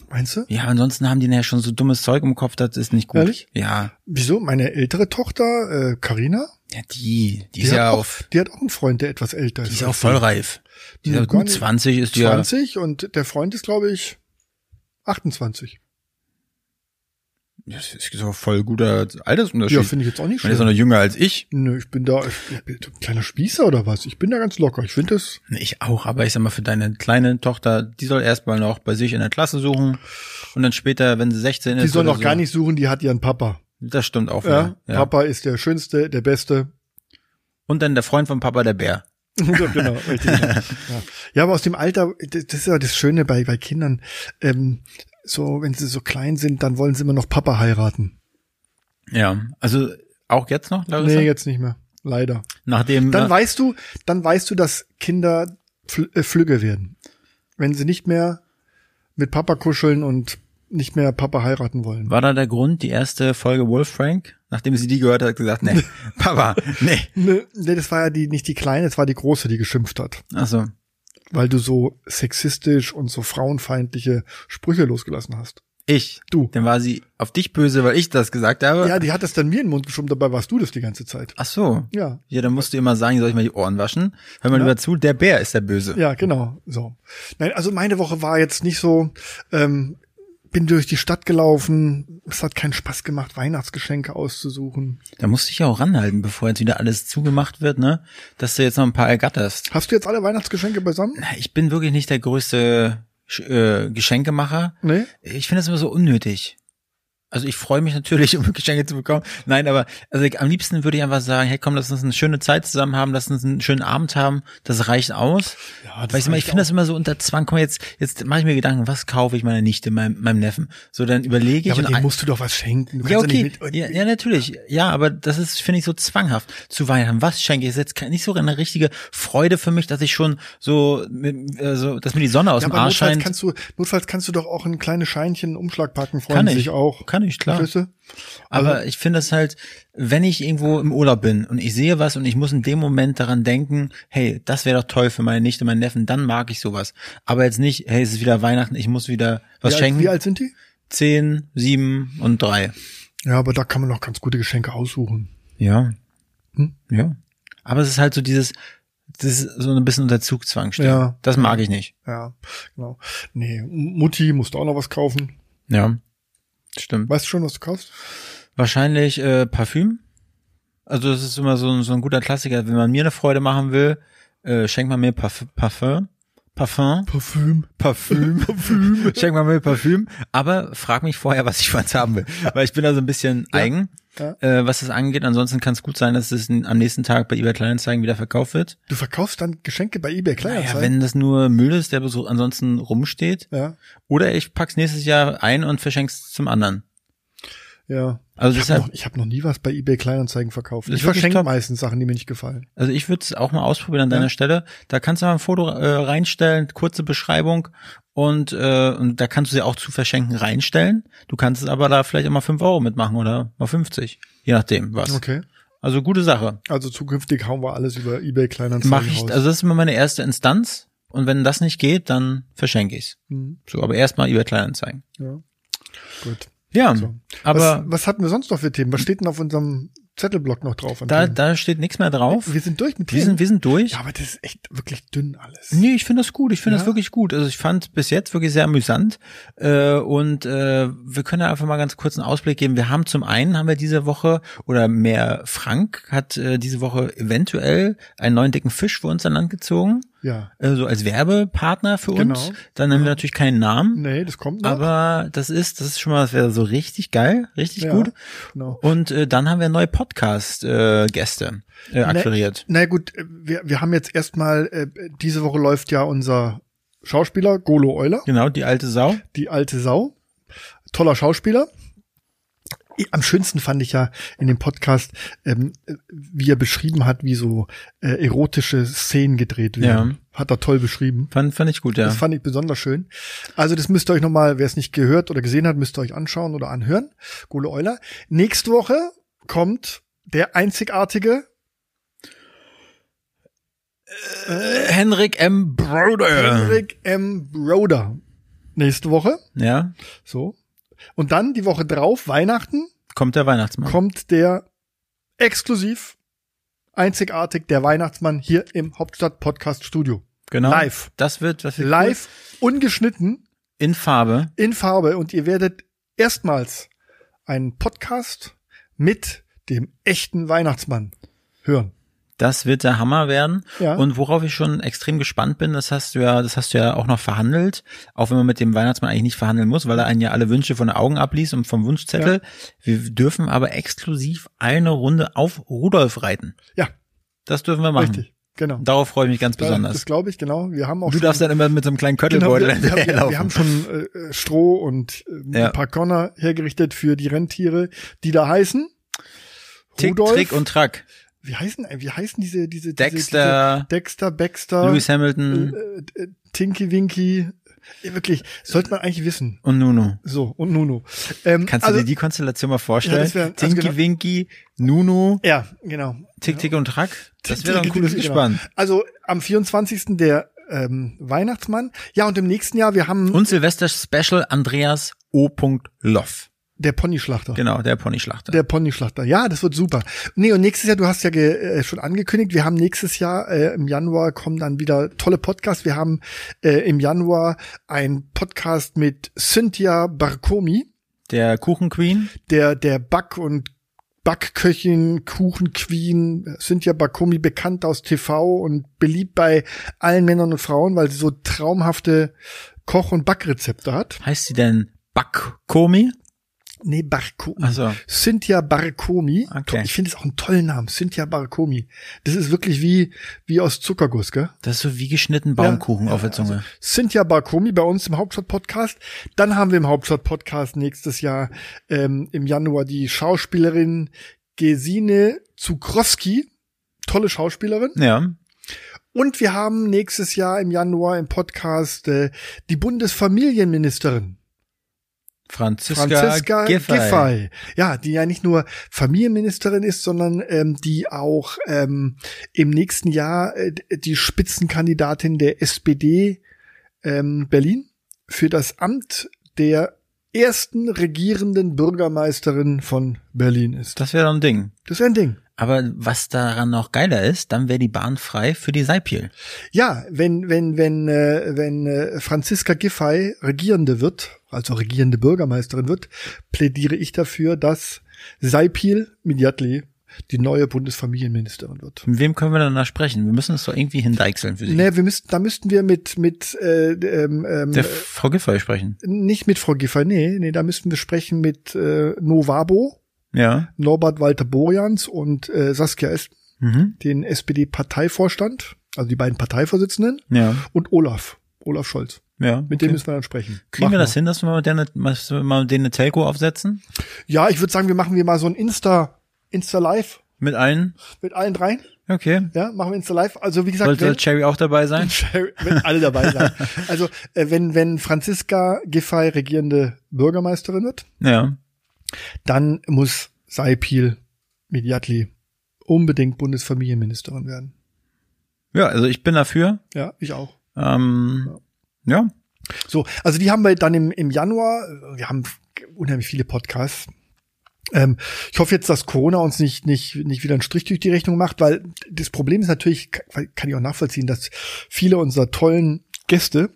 S3: Meinst du?
S1: Ja, ansonsten haben die nachher schon so dummes Zeug im Kopf, das ist nicht gut.
S3: Ehrlich?
S1: Ja.
S3: Wieso? Meine ältere Tochter, äh, Carina,
S1: Ja, die, die ist ja
S3: hat auch,
S1: auf,
S3: Die hat auch einen Freund, der etwas älter ist.
S1: die ist auch vollreif. Die ist
S3: Nö,
S1: ja
S3: gar
S1: gut
S3: nicht.
S1: 20 ist die ja.
S3: 20 und der Freund ist, glaube ich, 28.
S1: Das ist doch voll guter Altersunterschied.
S3: Ja, finde ich jetzt auch nicht
S1: Man ist doch
S3: schlimm.
S1: noch jünger als ich.
S3: Nö, ich bin da, ich bin ein kleiner Spießer oder was? Ich bin da ganz locker. Ich finde das,
S1: Nee, Ich auch, aber ich sag mal, für deine kleine Tochter, die soll erstmal noch bei sich in der Klasse suchen und dann später, wenn sie 16 ist.
S3: die soll
S1: oder
S3: noch
S1: so.
S3: gar nicht suchen, die hat ihren Papa.
S1: Das stimmt auch.
S3: Ja,
S1: wieder. Ja,
S3: Papa ist der Schönste, der Beste.
S1: Und dann der Freund von Papa, der Bär.
S3: ja, genau, richtig. ja. ja, aber aus dem Alter, das das ist ja das Schöne bei, bei Kindern. Ähm, so, wenn sie so klein sind, dann wollen sie immer noch Papa heiraten.
S1: Ja, also auch jetzt noch, Larissa?
S3: Nee, jetzt nicht mehr. Leider.
S1: Nachdem, äh,
S3: Dann
S1: na-
S3: weißt du, dann weißt du, dass Kinder fl äh, flügge werden. Wenn sie nicht mehr mit Papa kuscheln und nicht mehr Papa heiraten wollen.
S1: war da der Grund, die erste Folge Wolf Frank? Nachdem sie die gehört hat, hat sie gesagt, nee, Papa, nee.
S3: Nö, nee, Ne, das war ja die, nicht die Kleine, das war die Große, die geschimpft hat.
S1: Also,
S3: Weil du so sexistisch und so frauenfeindliche Sprüche losgelassen hast.
S1: ich.
S3: Du.
S1: Dann war sie auf dich böse, weil ich das gesagt habe.
S3: Ja, die hat es dann mir in den Mund geschoben, dabei warst du das die ganze Zeit.
S1: Ach so.
S3: Ja.
S1: Ja, dann musst du immer sagen, soll ich mal die Ohren waschen? Hör mal
S3: Ja.
S1: lieber zu, der Bär ist der Böse.
S3: Ja, genau. So. Nein, also meine Woche war jetzt nicht so, ähm, bin durch die Stadt gelaufen. Es hat keinen Spaß gemacht, Weihnachtsgeschenke auszusuchen.
S1: Da musst du dich ja auch ranhalten, bevor jetzt wieder alles zugemacht wird, ne? Dass du jetzt noch ein paar ergatterst.
S3: Hast du jetzt alle Weihnachtsgeschenke beisammen?
S1: Na, Ich bin wirklich nicht der größte Sch- äh, Geschenkemacher.
S3: Nee?
S1: Ich finde das immer so unnötig. Also ich freue mich natürlich, um Geschenke zu bekommen. Nein, aber also ich, am liebsten würde ich einfach sagen, hey komm, lass uns eine schöne Zeit zusammen haben, lass uns einen schönen Abend haben, das reicht aus.
S3: Ja, das
S1: Weil ich, immer- ich
S3: reicht
S1: finde das immer so unter Zwang. Komm, jetzt, jetzt mache ich mir Gedanken, was kaufe ich meiner Nichte, meinem, meinem Neffen? So, dann überlege ich.
S3: Ja, aber
S1: und
S3: dem
S1: ein-
S3: musst du doch was schenken. Du
S1: ja,
S3: kannst
S1: okay.
S3: nicht mit-
S1: ja, ja, natürlich. Ja, aber das ist, finde ich, so zwanghaft. Zu Weihnachten, was schenke ich? Ist jetzt ke- nicht so eine richtige Freude für mich, dass ich schon so, mit, äh, so dass mir die Sonne aus
S3: Ja,
S1: dem
S3: aber
S1: Arsch
S3: notfalls
S1: scheint.
S3: kannst du, notfalls kannst du doch auch ein kleines Scheinchen einen Umschlag packen, freuen
S1: Kann
S3: sie
S1: ich.
S3: sich auch.
S1: Kann ich, klar.
S3: Schlüsse.
S1: aber ich finde das halt, wenn ich irgendwo im Urlaub bin und ich sehe was und ich muss in dem Moment daran denken, hey, das wäre doch toll für meine Nichte, meinen Neffen, dann mag ich sowas. Aber jetzt nicht, hey, es ist wieder Weihnachten, ich muss wieder was
S3: wie, alt,
S1: schenken.
S3: wie alt sind die?
S1: Zehn, sieben und drei.
S3: Ja, aber da kann man noch ganz gute Geschenke aussuchen.
S1: Ja.
S3: Hm?
S1: Ja. Aber es ist halt so dieses, das ist so ein bisschen unter Zugzwang stehen.
S3: Ja.
S1: Das mag ich nicht.
S3: Ja, genau. Nee, Mutti musste auch noch was kaufen.
S1: Ja. Stimmt.
S3: Weißt du schon, was du kaufst?
S1: Wahrscheinlich äh, Parfüm. Also das ist immer so, ein- so ein guter Klassiker. Wenn man mir eine Freude machen will, äh, schenkt man mir Parf Parfum. Parfum.
S3: Parfüm.
S1: Parfüm. Parfüm. schenkt man mir Parfüm. Aber frag mich vorher, was ich was haben will. Weil ich bin da so ein bisschen eigen,
S3: Ja.
S1: Äh, was das angeht. Ansonsten kann es gut sein, dass es n- am nächsten Tag bei eBay Kleinanzeigen wieder verkauft wird.
S3: Du verkaufst dann Geschenke bei eBay
S1: Naja,
S3: Kleinanzeigen.
S1: wenn das nur Müll ist, der so ansonsten rumsteht.
S3: Ja,
S1: Oder ich pack's nächstes Jahr ein und verschenk's zum anderen.
S3: ja.
S1: Also
S3: Ich habe noch,
S1: deshalb,
S3: ich hab noch nie was bei eBay Kleinanzeigen verkauft.
S1: Das
S3: Ich
S1: ist wirklich
S3: verschenke
S1: top.
S3: meistens Sachen, die mir nicht gefallen.
S1: also ich würde es auch mal ausprobieren an deiner
S3: Ja.
S1: Stelle. Da kannst du mal ein Foto äh, reinstellen, kurze Beschreibung und, äh, und da kannst du sie auch zu verschenken reinstellen. Du kannst es aber da vielleicht auch mal 5 Euro mitmachen oder mal 50. Je nachdem, was.
S3: Okay.
S1: Also gute Sache.
S3: Also zukünftig hauen wir alles über eBay Kleinanzeigen
S1: Mach ich,
S3: raus.
S1: also das ist immer meine erste Instanz. Und wenn das nicht geht, dann verschenke ich's.
S3: Mhm.
S1: So, aber erstmal eBay Kleinanzeigen.
S3: ja. Gut.
S1: Ja,
S3: So.
S1: aber
S3: was, was hatten wir sonst noch für Themen? Was steht denn auf unserem Zettelblock noch drauf? an
S1: da,
S3: Themen?
S1: da steht nichts mehr drauf.
S3: wir sind durch mit
S1: Wir sind, wir sind durch.
S3: ja, aber das ist echt wirklich dünn alles.
S1: Nee, ich finde das gut. Ich finde
S3: Ja.
S1: das wirklich gut. Also ich fand bis jetzt wirklich sehr amüsant. Äh, und äh, wir können ja einfach mal ganz kurz einen Ausblick geben. Wir haben zum einen haben wir diese Woche oder mehr Frank hat äh, diese Woche eventuell einen neuen dicken Fisch für uns an Land gezogen.
S3: Ja.
S1: Äh, so als Werbepartner für uns.
S3: Genau.
S1: Dann haben wir natürlich keinen Namen.
S3: Nee, das kommt noch.
S1: Aber das ist, das ist schon mal, das wäre so richtig geil, richtig
S3: Ja,
S1: gut.
S3: genau.
S1: Und äh, dann haben wir neue Podcast-Gäste äh,
S3: Ne.
S1: akquiriert.
S3: Na, na gut, äh, wir, wir haben jetzt erstmal, äh, diese Woche läuft ja unser Schauspieler Golo Euler,
S1: Genau, die alte Sau.
S3: die alte Sau. Toller Schauspieler. I- Am schönsten fand ich ja in dem Podcast, ähm, äh, wie er beschrieben hat, wie so äh, erotische Szenen gedreht werden. Hat er toll beschrieben.
S1: Fand, fand ich gut, ja.
S3: Das fand ich besonders schön. Also das müsst ihr euch nochmal, wer es nicht gehört oder gesehen hat, müsst ihr euch anschauen oder anhören. Gole Euler. Nächste Woche kommt der einzigartige
S1: Äh, Henrik M. Broder.
S3: Henrik M. Broder. Nächste Woche.
S1: Ja,
S3: So. Und dann die Woche drauf, Weihnachten,
S1: kommt der Weihnachtsmann.
S3: kommt der exklusiv einzigartig der Weihnachtsmann hier im Hauptstadt Podcast Studio.
S1: Genau.
S3: Live.
S1: Das wird, das wird
S3: Live, ungeschnitten,
S1: cool. in Farbe.
S3: in Farbe und ihr werdet erstmals einen Podcast mit dem echten Weihnachtsmann hören.
S1: Das wird der Hammer werden.
S3: Ja.
S1: Und worauf ich schon extrem gespannt bin, das hast du ja, das hast du ja auch noch verhandelt, auch wenn man mit dem Weihnachtsmann eigentlich nicht verhandeln muss, weil er einen ja alle Wünsche von den Augen abliest und vom Wunschzettel. Wir dürfen aber exklusiv eine Runde auf Rudolf reiten.
S3: Ja,
S1: Das dürfen wir machen.
S3: richtig, genau.
S1: Darauf freue ich mich ganz
S3: Das
S1: besonders.
S3: glaube ich, genau. Wir haben
S1: Du
S3: auch schon-
S1: darfst dann immer mit so einem kleinen
S3: Genau, wir,
S1: Köttelbeutel
S3: wir, haben- wir
S1: hinterherlaufen.
S3: haben schon äh, Stroh und äh,
S1: Ja.
S3: ein paar Körner hergerichtet für die Rentiere, die da heißen.
S1: Tick,
S3: Rudolf.
S1: Trick und Track.
S3: wie heißen äh, wie heißen diese diese diese-
S1: Dexter,
S3: diese, Dexter Baxter,
S1: Lewis Hamilton
S3: äh, äh, Tinky Winky. Äh, Wirklich, sollte man eigentlich wissen.
S1: und Nuno.
S3: So und Nuno. Ähm,
S1: Kannst
S3: also,
S1: du dir die Konstellation mal vorstellen?
S3: Ja, das wär- also
S1: Tinky
S3: genau-
S1: Winky, Nuno,
S3: Ja, genau.
S1: Tick Tick und Track. Das wäre
S3: Tick,
S1: doch ein
S3: Tick,
S1: cooles
S3: Tick, genau.
S1: Gespann.
S3: Also am 24. der ähm, Weihnachtsmann. Ja und im nächsten Jahr wir haben
S1: Und Silvester Special Andreas O. Loff.
S3: der Ponyschlachter.
S1: Genau, der Ponyschlachter.
S3: Der Ponyschlachter. Ja, das wird super. Nee, und nächstes Jahr, du hast ja ge, äh, schon angekündigt, wir haben nächstes Jahr äh, im Januar kommen dann wieder tolle Podcasts. Wir haben äh, im Januar einen Podcast mit Cynthia Barkomi,
S1: der Kuchenqueen.
S3: der der Back- und Backköchin, Kuchenqueen, äh, Cynthia Barkomi bekannt aus TV und beliebt bei allen Männern und Frauen, weil sie so traumhafte Koch- und Backrezepte hat.
S1: Heißt sie denn Backkomi?
S3: Nee, Barkomi.
S1: Also
S3: Cynthia Barkomi.
S1: Okay.
S3: Ich finde es auch einen tollen Namen, Cynthia Barkomi. Das ist wirklich wie, wie aus Zuckerguss, gell?
S1: das ist so wie geschnitten Baumkuchen
S3: Ja, also-
S1: auf der Zunge.
S3: Cynthia Barkomi bei uns im Hauptstadt-Podcast. Dann haben wir im Hauptstadt-Podcast nächstes Jahr ähm, im Januar die Schauspielerin Gesine Zukrowski. Tolle Schauspielerin.
S1: ja.
S3: Und wir haben nächstes Jahr im Januar im Podcast äh, die Bundesfamilienministerin.
S1: Franziska,
S3: Franziska
S1: Giffey.
S3: Giffey. Ja, die ja nicht nur Familienministerin ist, sondern ähm, die auch ähm, im nächsten Jahr äh, die Spitzenkandidatin der SPD ähm, Berlin für das Amt der ersten regierenden Bürgermeisterin von Berlin ist.
S1: Das wäre doch ein Ding.
S3: Das ist ein Ding.
S1: Aber was daran noch geiler ist, dann wäre die Bahn frei für die Seipiel.
S3: Ja, wenn wenn wenn äh, wenn äh, Franziska Giffey regierende wird, also regierende Bürgermeisterin wird, plädiere ich dafür, dass Saipil Midyatli die neue Bundesfamilienministerin wird.
S1: Mit wem können wir denn da sprechen? Wir müssen es doch irgendwie hindeichseln für sie.
S3: Ne, wir müssten, da müssten wir mit mit äh, ähm, ähm,
S1: Der Frau Giffey sprechen.
S3: nicht mit Frau Giffey, nee, nee, da müssten wir sprechen mit äh, Novabo,
S1: Ja.
S3: Norbert Walter Borjans und äh, Saskia Esken,
S1: Mhm.
S3: den SPD-Parteivorstand, also die beiden Parteivorsitzenden
S1: Ja.
S3: und Olaf, Olaf Scholz.
S1: Ja.
S3: Mit dem müssen wir dann sprechen.
S1: Kriegen wir
S3: Machen
S1: das hin, dass wir mal denen, dass wir mal denen eine Telco aufsetzen?
S3: Ja, ich würde sagen, wir machen wir mal so ein Insta, Insta Live
S1: Mit allen?
S3: mit allen dreien.
S1: Okay.
S3: Ja, machen wir Insta Live. Also wie gesagt,
S1: Sollte
S3: wenn,
S1: Cherry auch dabei sein?
S3: wenn alle dabei sein. Also äh, wenn wenn Franziska Giffey regierende Bürgermeisterin wird,
S1: Ja.
S3: dann muss Saipil Midyatli unbedingt Bundesfamilienministerin werden.
S1: Ja, also ich bin dafür.
S3: Ja, ich auch.
S1: Ähm, ja.
S3: So, also die haben wir dann im, im Januar. äh, Wir haben unheimlich viele Podcasts. Ähm, ich hoffe jetzt, dass Corona uns nicht, nicht, nicht wieder einen Strich durch die Rechnung macht, weil das Problem ist natürlich, kann kann ich auch nachvollziehen, dass viele unserer tollen Gäste,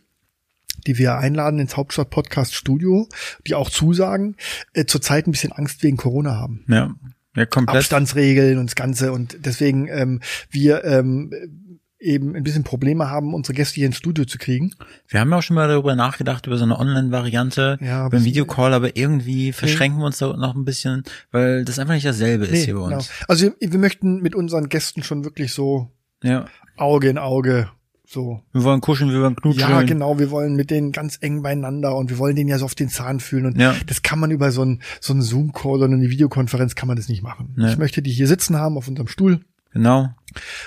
S3: die wir einladen ins Hauptstadt-Podcast-Studio, die auch zusagen, äh, zurzeit ein bisschen Angst wegen Corona haben.
S1: Ja. Ja, komplett.
S3: Abstandsregeln und das Ganze und deswegen ähm, wir ähm, eben ein bisschen Probleme haben, unsere Gäste hier ins Studio zu kriegen.
S1: Wir haben ja auch schon mal darüber nachgedacht, über so eine Online-Variante,
S3: Ja,
S1: über einen
S3: aber-
S1: Videocall, aber irgendwie verschränken wir uns da noch ein bisschen, weil das einfach nicht dasselbe ist
S3: Nee,
S1: hier bei uns.
S3: genau. Also wir, wir möchten mit unseren Gästen schon wirklich so
S1: Ja.
S3: Auge in Auge so.
S1: Wir wollen kuscheln, wir wollen knutschen.
S3: Ja, genau, wir wollen mit denen ganz eng beieinander und wir wollen denen ja so auf den Zahn fühlen und
S1: Ja.
S3: das kann man über so einen so einen Zoom Call oder eine Videokonferenz kann man das nicht machen.
S1: Nee.
S3: Ich möchte die hier sitzen haben auf unserem Stuhl
S1: Genau.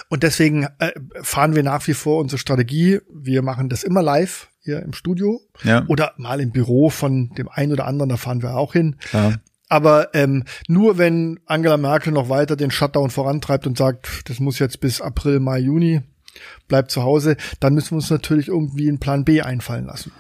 S3: und deswegen äh, fahren wir nach wie vor unsere Strategie, wir machen das immer live hier im Studio
S1: Ja.
S3: oder mal im Büro von dem einen oder anderen, da fahren wir auch hin.
S1: Klar.
S3: Aber ähm, nur wenn Angela Merkel noch weiter den Shutdown vorantreibt und sagt, das muss jetzt bis April, Mai, Juni, bleibt zu Hause, dann müssen wir uns natürlich irgendwie einen Plan B einfallen lassen.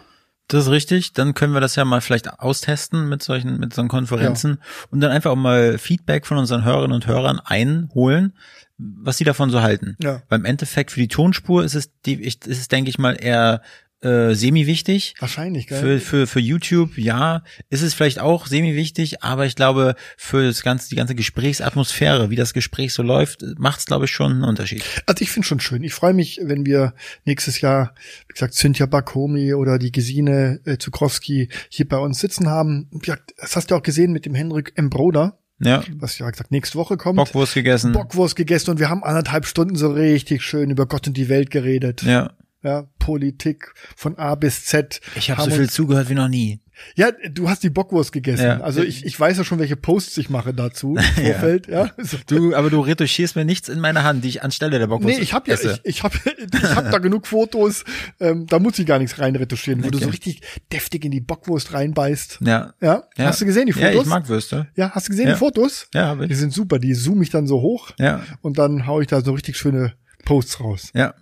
S1: Das ist richtig. Dann können wir das ja mal vielleicht austesten mit solchen, mit solchen Konferenzen und dann einfach auch mal Feedback von unseren Hörerinnen und Hörern einholen, was sie davon so halten.
S3: Ja.
S1: Weil im Endeffekt für die Tonspur ist es, die, ich, ist es denke ich mal, eher äh, semi-wichtig.
S3: Wahrscheinlich, gell?
S1: Für, für, für YouTube, ja, ist es vielleicht auch semi-wichtig, aber ich glaube, für das ganze, die ganze Gesprächsatmosphäre, wie das Gespräch so läuft, macht es, glaube ich, schon einen Unterschied.
S3: Also ich finde schon schön. Ich freue mich, wenn wir nächstes Jahr, wie gesagt, Cynthia Bakomi oder die Gesine äh, Zukrowski hier bei uns sitzen haben. Ja, das hast du auch gesehen mit dem Henrik M. Broder,
S1: Ja.
S3: was ja wie gesagt nächste Woche kommt.
S1: Bockwurst gegessen.
S3: Bockwurst gegessen und wir haben anderthalb Stunden so richtig schön über Gott und die Welt geredet.
S1: ja.
S3: Ja, Politik von A bis Z.
S1: Ich habe
S3: Haben
S1: so viel
S3: uns-
S1: zugehört wie noch nie.
S3: Ja, du hast die Bockwurst gegessen.
S1: Ja.
S3: Also ich, ich weiß ja schon, welche Posts ich mache dazu. Im Vorfeld, ja. Also, So.
S1: Du, aber du retuschierst mir nichts in meine Hand, die ich anstelle der Bockwurst
S3: Nee, ich habe ja,
S1: esse.
S3: ich, ich habe, ich hab da genug Fotos. Ähm, da muss ich gar nichts reinretuschieren, wo du so richtig deftig in die Bockwurst reinbeißt.
S1: ja.
S3: Ja, hast du gesehen die Fotos?
S1: Ja, ich mag Würste.
S3: Ja, hast du gesehen
S1: Ja.
S3: die Fotos?
S1: Ja, hab
S3: Die
S1: ich.
S3: sind super. Die zoome ich dann so hoch
S1: Ja,
S3: und dann hau ich da so richtig schöne Posts raus.
S1: ja.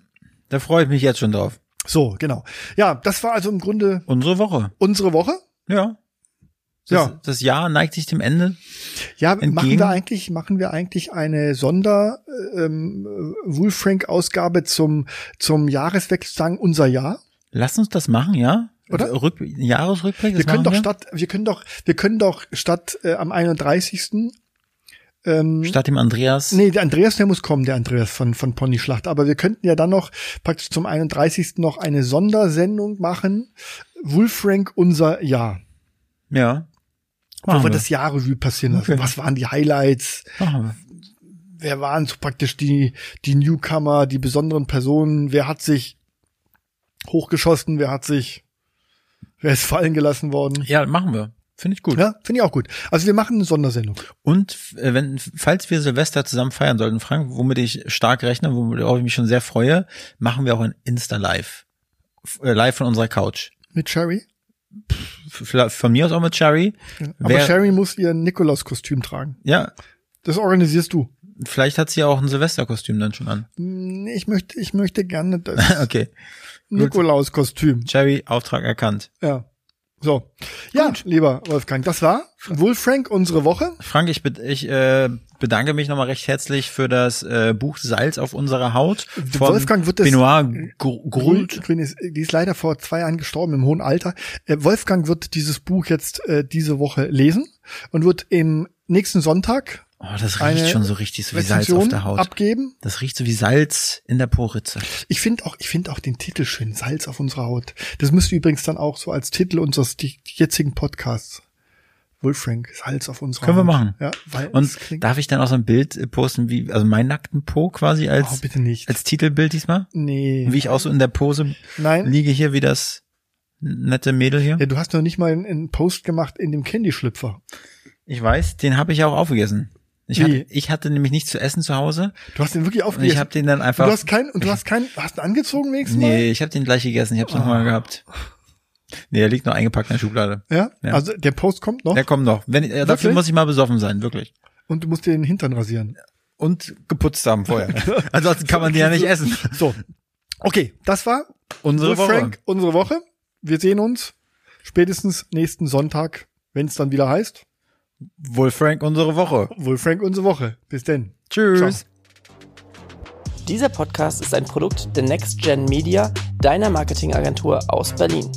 S1: Da freue ich mich jetzt schon drauf.
S3: So, genau. Ja, das war also im Grunde
S1: Unsere Woche.
S3: unsere Woche.
S1: Ja. Das,
S3: Ja.
S1: das Jahr neigt sich dem Ende.
S3: Ja, machen
S1: Entgegen-
S3: wir eigentlich, machen wir eigentlich eine Sonder ähm, Wolfrank-Ausgabe zum zum Jahreswechsel sagen unser Jahr.
S1: Lass uns das machen, ja?
S3: Oder?
S1: Also Rück, Jahresrückblick.
S3: Wir
S1: das
S3: können
S1: machen
S3: doch statt, wir können doch, wir können doch statt äh, am 31. Ähm,
S1: statt dem Andreas.
S3: nee, der Andreas, der muss kommen, der Andreas von von Pony Schlacht. Aber wir könnten ja dann noch praktisch zum 31. noch eine Sondersendung machen. Wolfrank unser Jahr.
S1: Ja.
S3: Wo
S1: Machen
S3: wir
S1: wir.
S3: das Jahr Revue passieren lassen.
S1: Okay.
S3: Was waren die Highlights?
S1: Machen wir.
S3: wer waren so praktisch die, die Newcomer, die besonderen Personen, wer hat sich hochgeschossen, wer hat sich, wer ist fallen gelassen worden.
S1: Ja, machen wir. Finde ich gut.
S3: Ja, finde ich auch gut. Also wir machen eine Sondersendung.
S1: Und äh, wenn, falls wir Silvester zusammen feiern sollten, Frank, womit ich stark rechne, womit auch ich mich schon sehr freue, machen wir auch ein Insta-Live. F- äh, Live von unserer Couch.
S3: Mit Sherry.
S1: F- vielleicht Von mir aus auch mit Cherry.
S3: Aber
S1: Wer-
S3: Sherry muss ihr Nikolaus-Kostüm tragen.
S1: Ja,
S3: Das organisierst du.
S1: vielleicht hat sie ja auch ein Silvesterkostüm dann schon an.
S3: Hm, Ich möchte, ich möchte gerne das
S1: Okay.
S3: Nikolaus-Kostüm.
S1: Cherry, Auftrag erkannt.
S3: Ja. So. Ja, lieber Wolfgang, das war Wolfrank unsere Woche.
S1: Frank, ich, bed- ich äh, bedanke mich nochmal recht herzlich für das äh, Buch Salz auf unserer Haut von
S3: Wolfgang wird das-
S1: Benoit Gr- Grult.
S3: Grün ist, die ist leider vor zwei Jahren gestorben im hohen Alter. Äh, Wolfgang wird dieses Buch jetzt äh, diese Woche lesen und wird im nächsten Sonntag
S1: Oh, das
S3: Eine
S1: riecht schon so richtig so wie Salz auf der Haut.
S3: abgeben.
S1: Das riecht so wie Salz in der Poritze.
S3: Ich finde auch, ich finde auch den Titel schön, Salz auf unserer Haut. Das müsste übrigens dann auch so als Titel unseres die, jetzigen Podcasts. Wolfrank, Salz auf unserer
S1: Können wir
S3: Haut.
S1: machen.
S3: Ja, weil das
S1: Und
S3: klingt,
S1: darf ich dann auch so ein Bild äh, posten, wie, also meinen nackten Po quasi
S3: oh,
S1: als,
S3: bitte nicht.
S1: als Titelbild diesmal?
S3: nee.
S1: Also, Wie ich auch so in der Pose
S3: Nein.
S1: liege hier wie das nette Mädel hier?
S3: Ja, du hast noch nicht mal einen, einen Post gemacht in dem Candy-Schlüpfer.
S1: Ich weiß, den habe ich auch aufgegessen. Ich
S3: Wie?
S1: hatte, ich hatte nämlich nichts zu essen zu Hause
S3: Du hast den wirklich
S1: und ich
S3: aufgegessen.
S1: habe den dann einfach.
S3: du hast keinen, und du hast keinen, hast du ihn angezogen wenigstens
S1: nee, ich habe den gleich gegessen, ich habe es
S3: Oh.
S1: nochmal gehabt. Nee, der liegt noch eingepackt in der Schublade.
S3: mal? Ja?
S1: Ja.
S3: Also der Post kommt noch
S1: Der kommt noch. Wenn, äh, dafür
S3: Wirklich?
S1: muss ich mal besoffen sein, wirklich.
S3: und du musst dir den Hintern rasieren.
S1: Und geputzt haben vorher. Ansonsten kann man den ja nicht essen.
S3: So. Okay, das war
S1: Unsere
S3: Wolf
S1: Woche.
S3: Frank, unsere Woche. Wir sehen uns spätestens nächsten Sonntag, wenn es dann wieder heißt.
S1: Wohl Frank unsere Woche.
S3: Wolf Frank, unsere Woche. Bis denn.
S1: Tschüss.
S3: Ciao.
S5: Dieser Podcast ist ein Produkt der Next Gen Media, deiner Marketingagentur aus Berlin.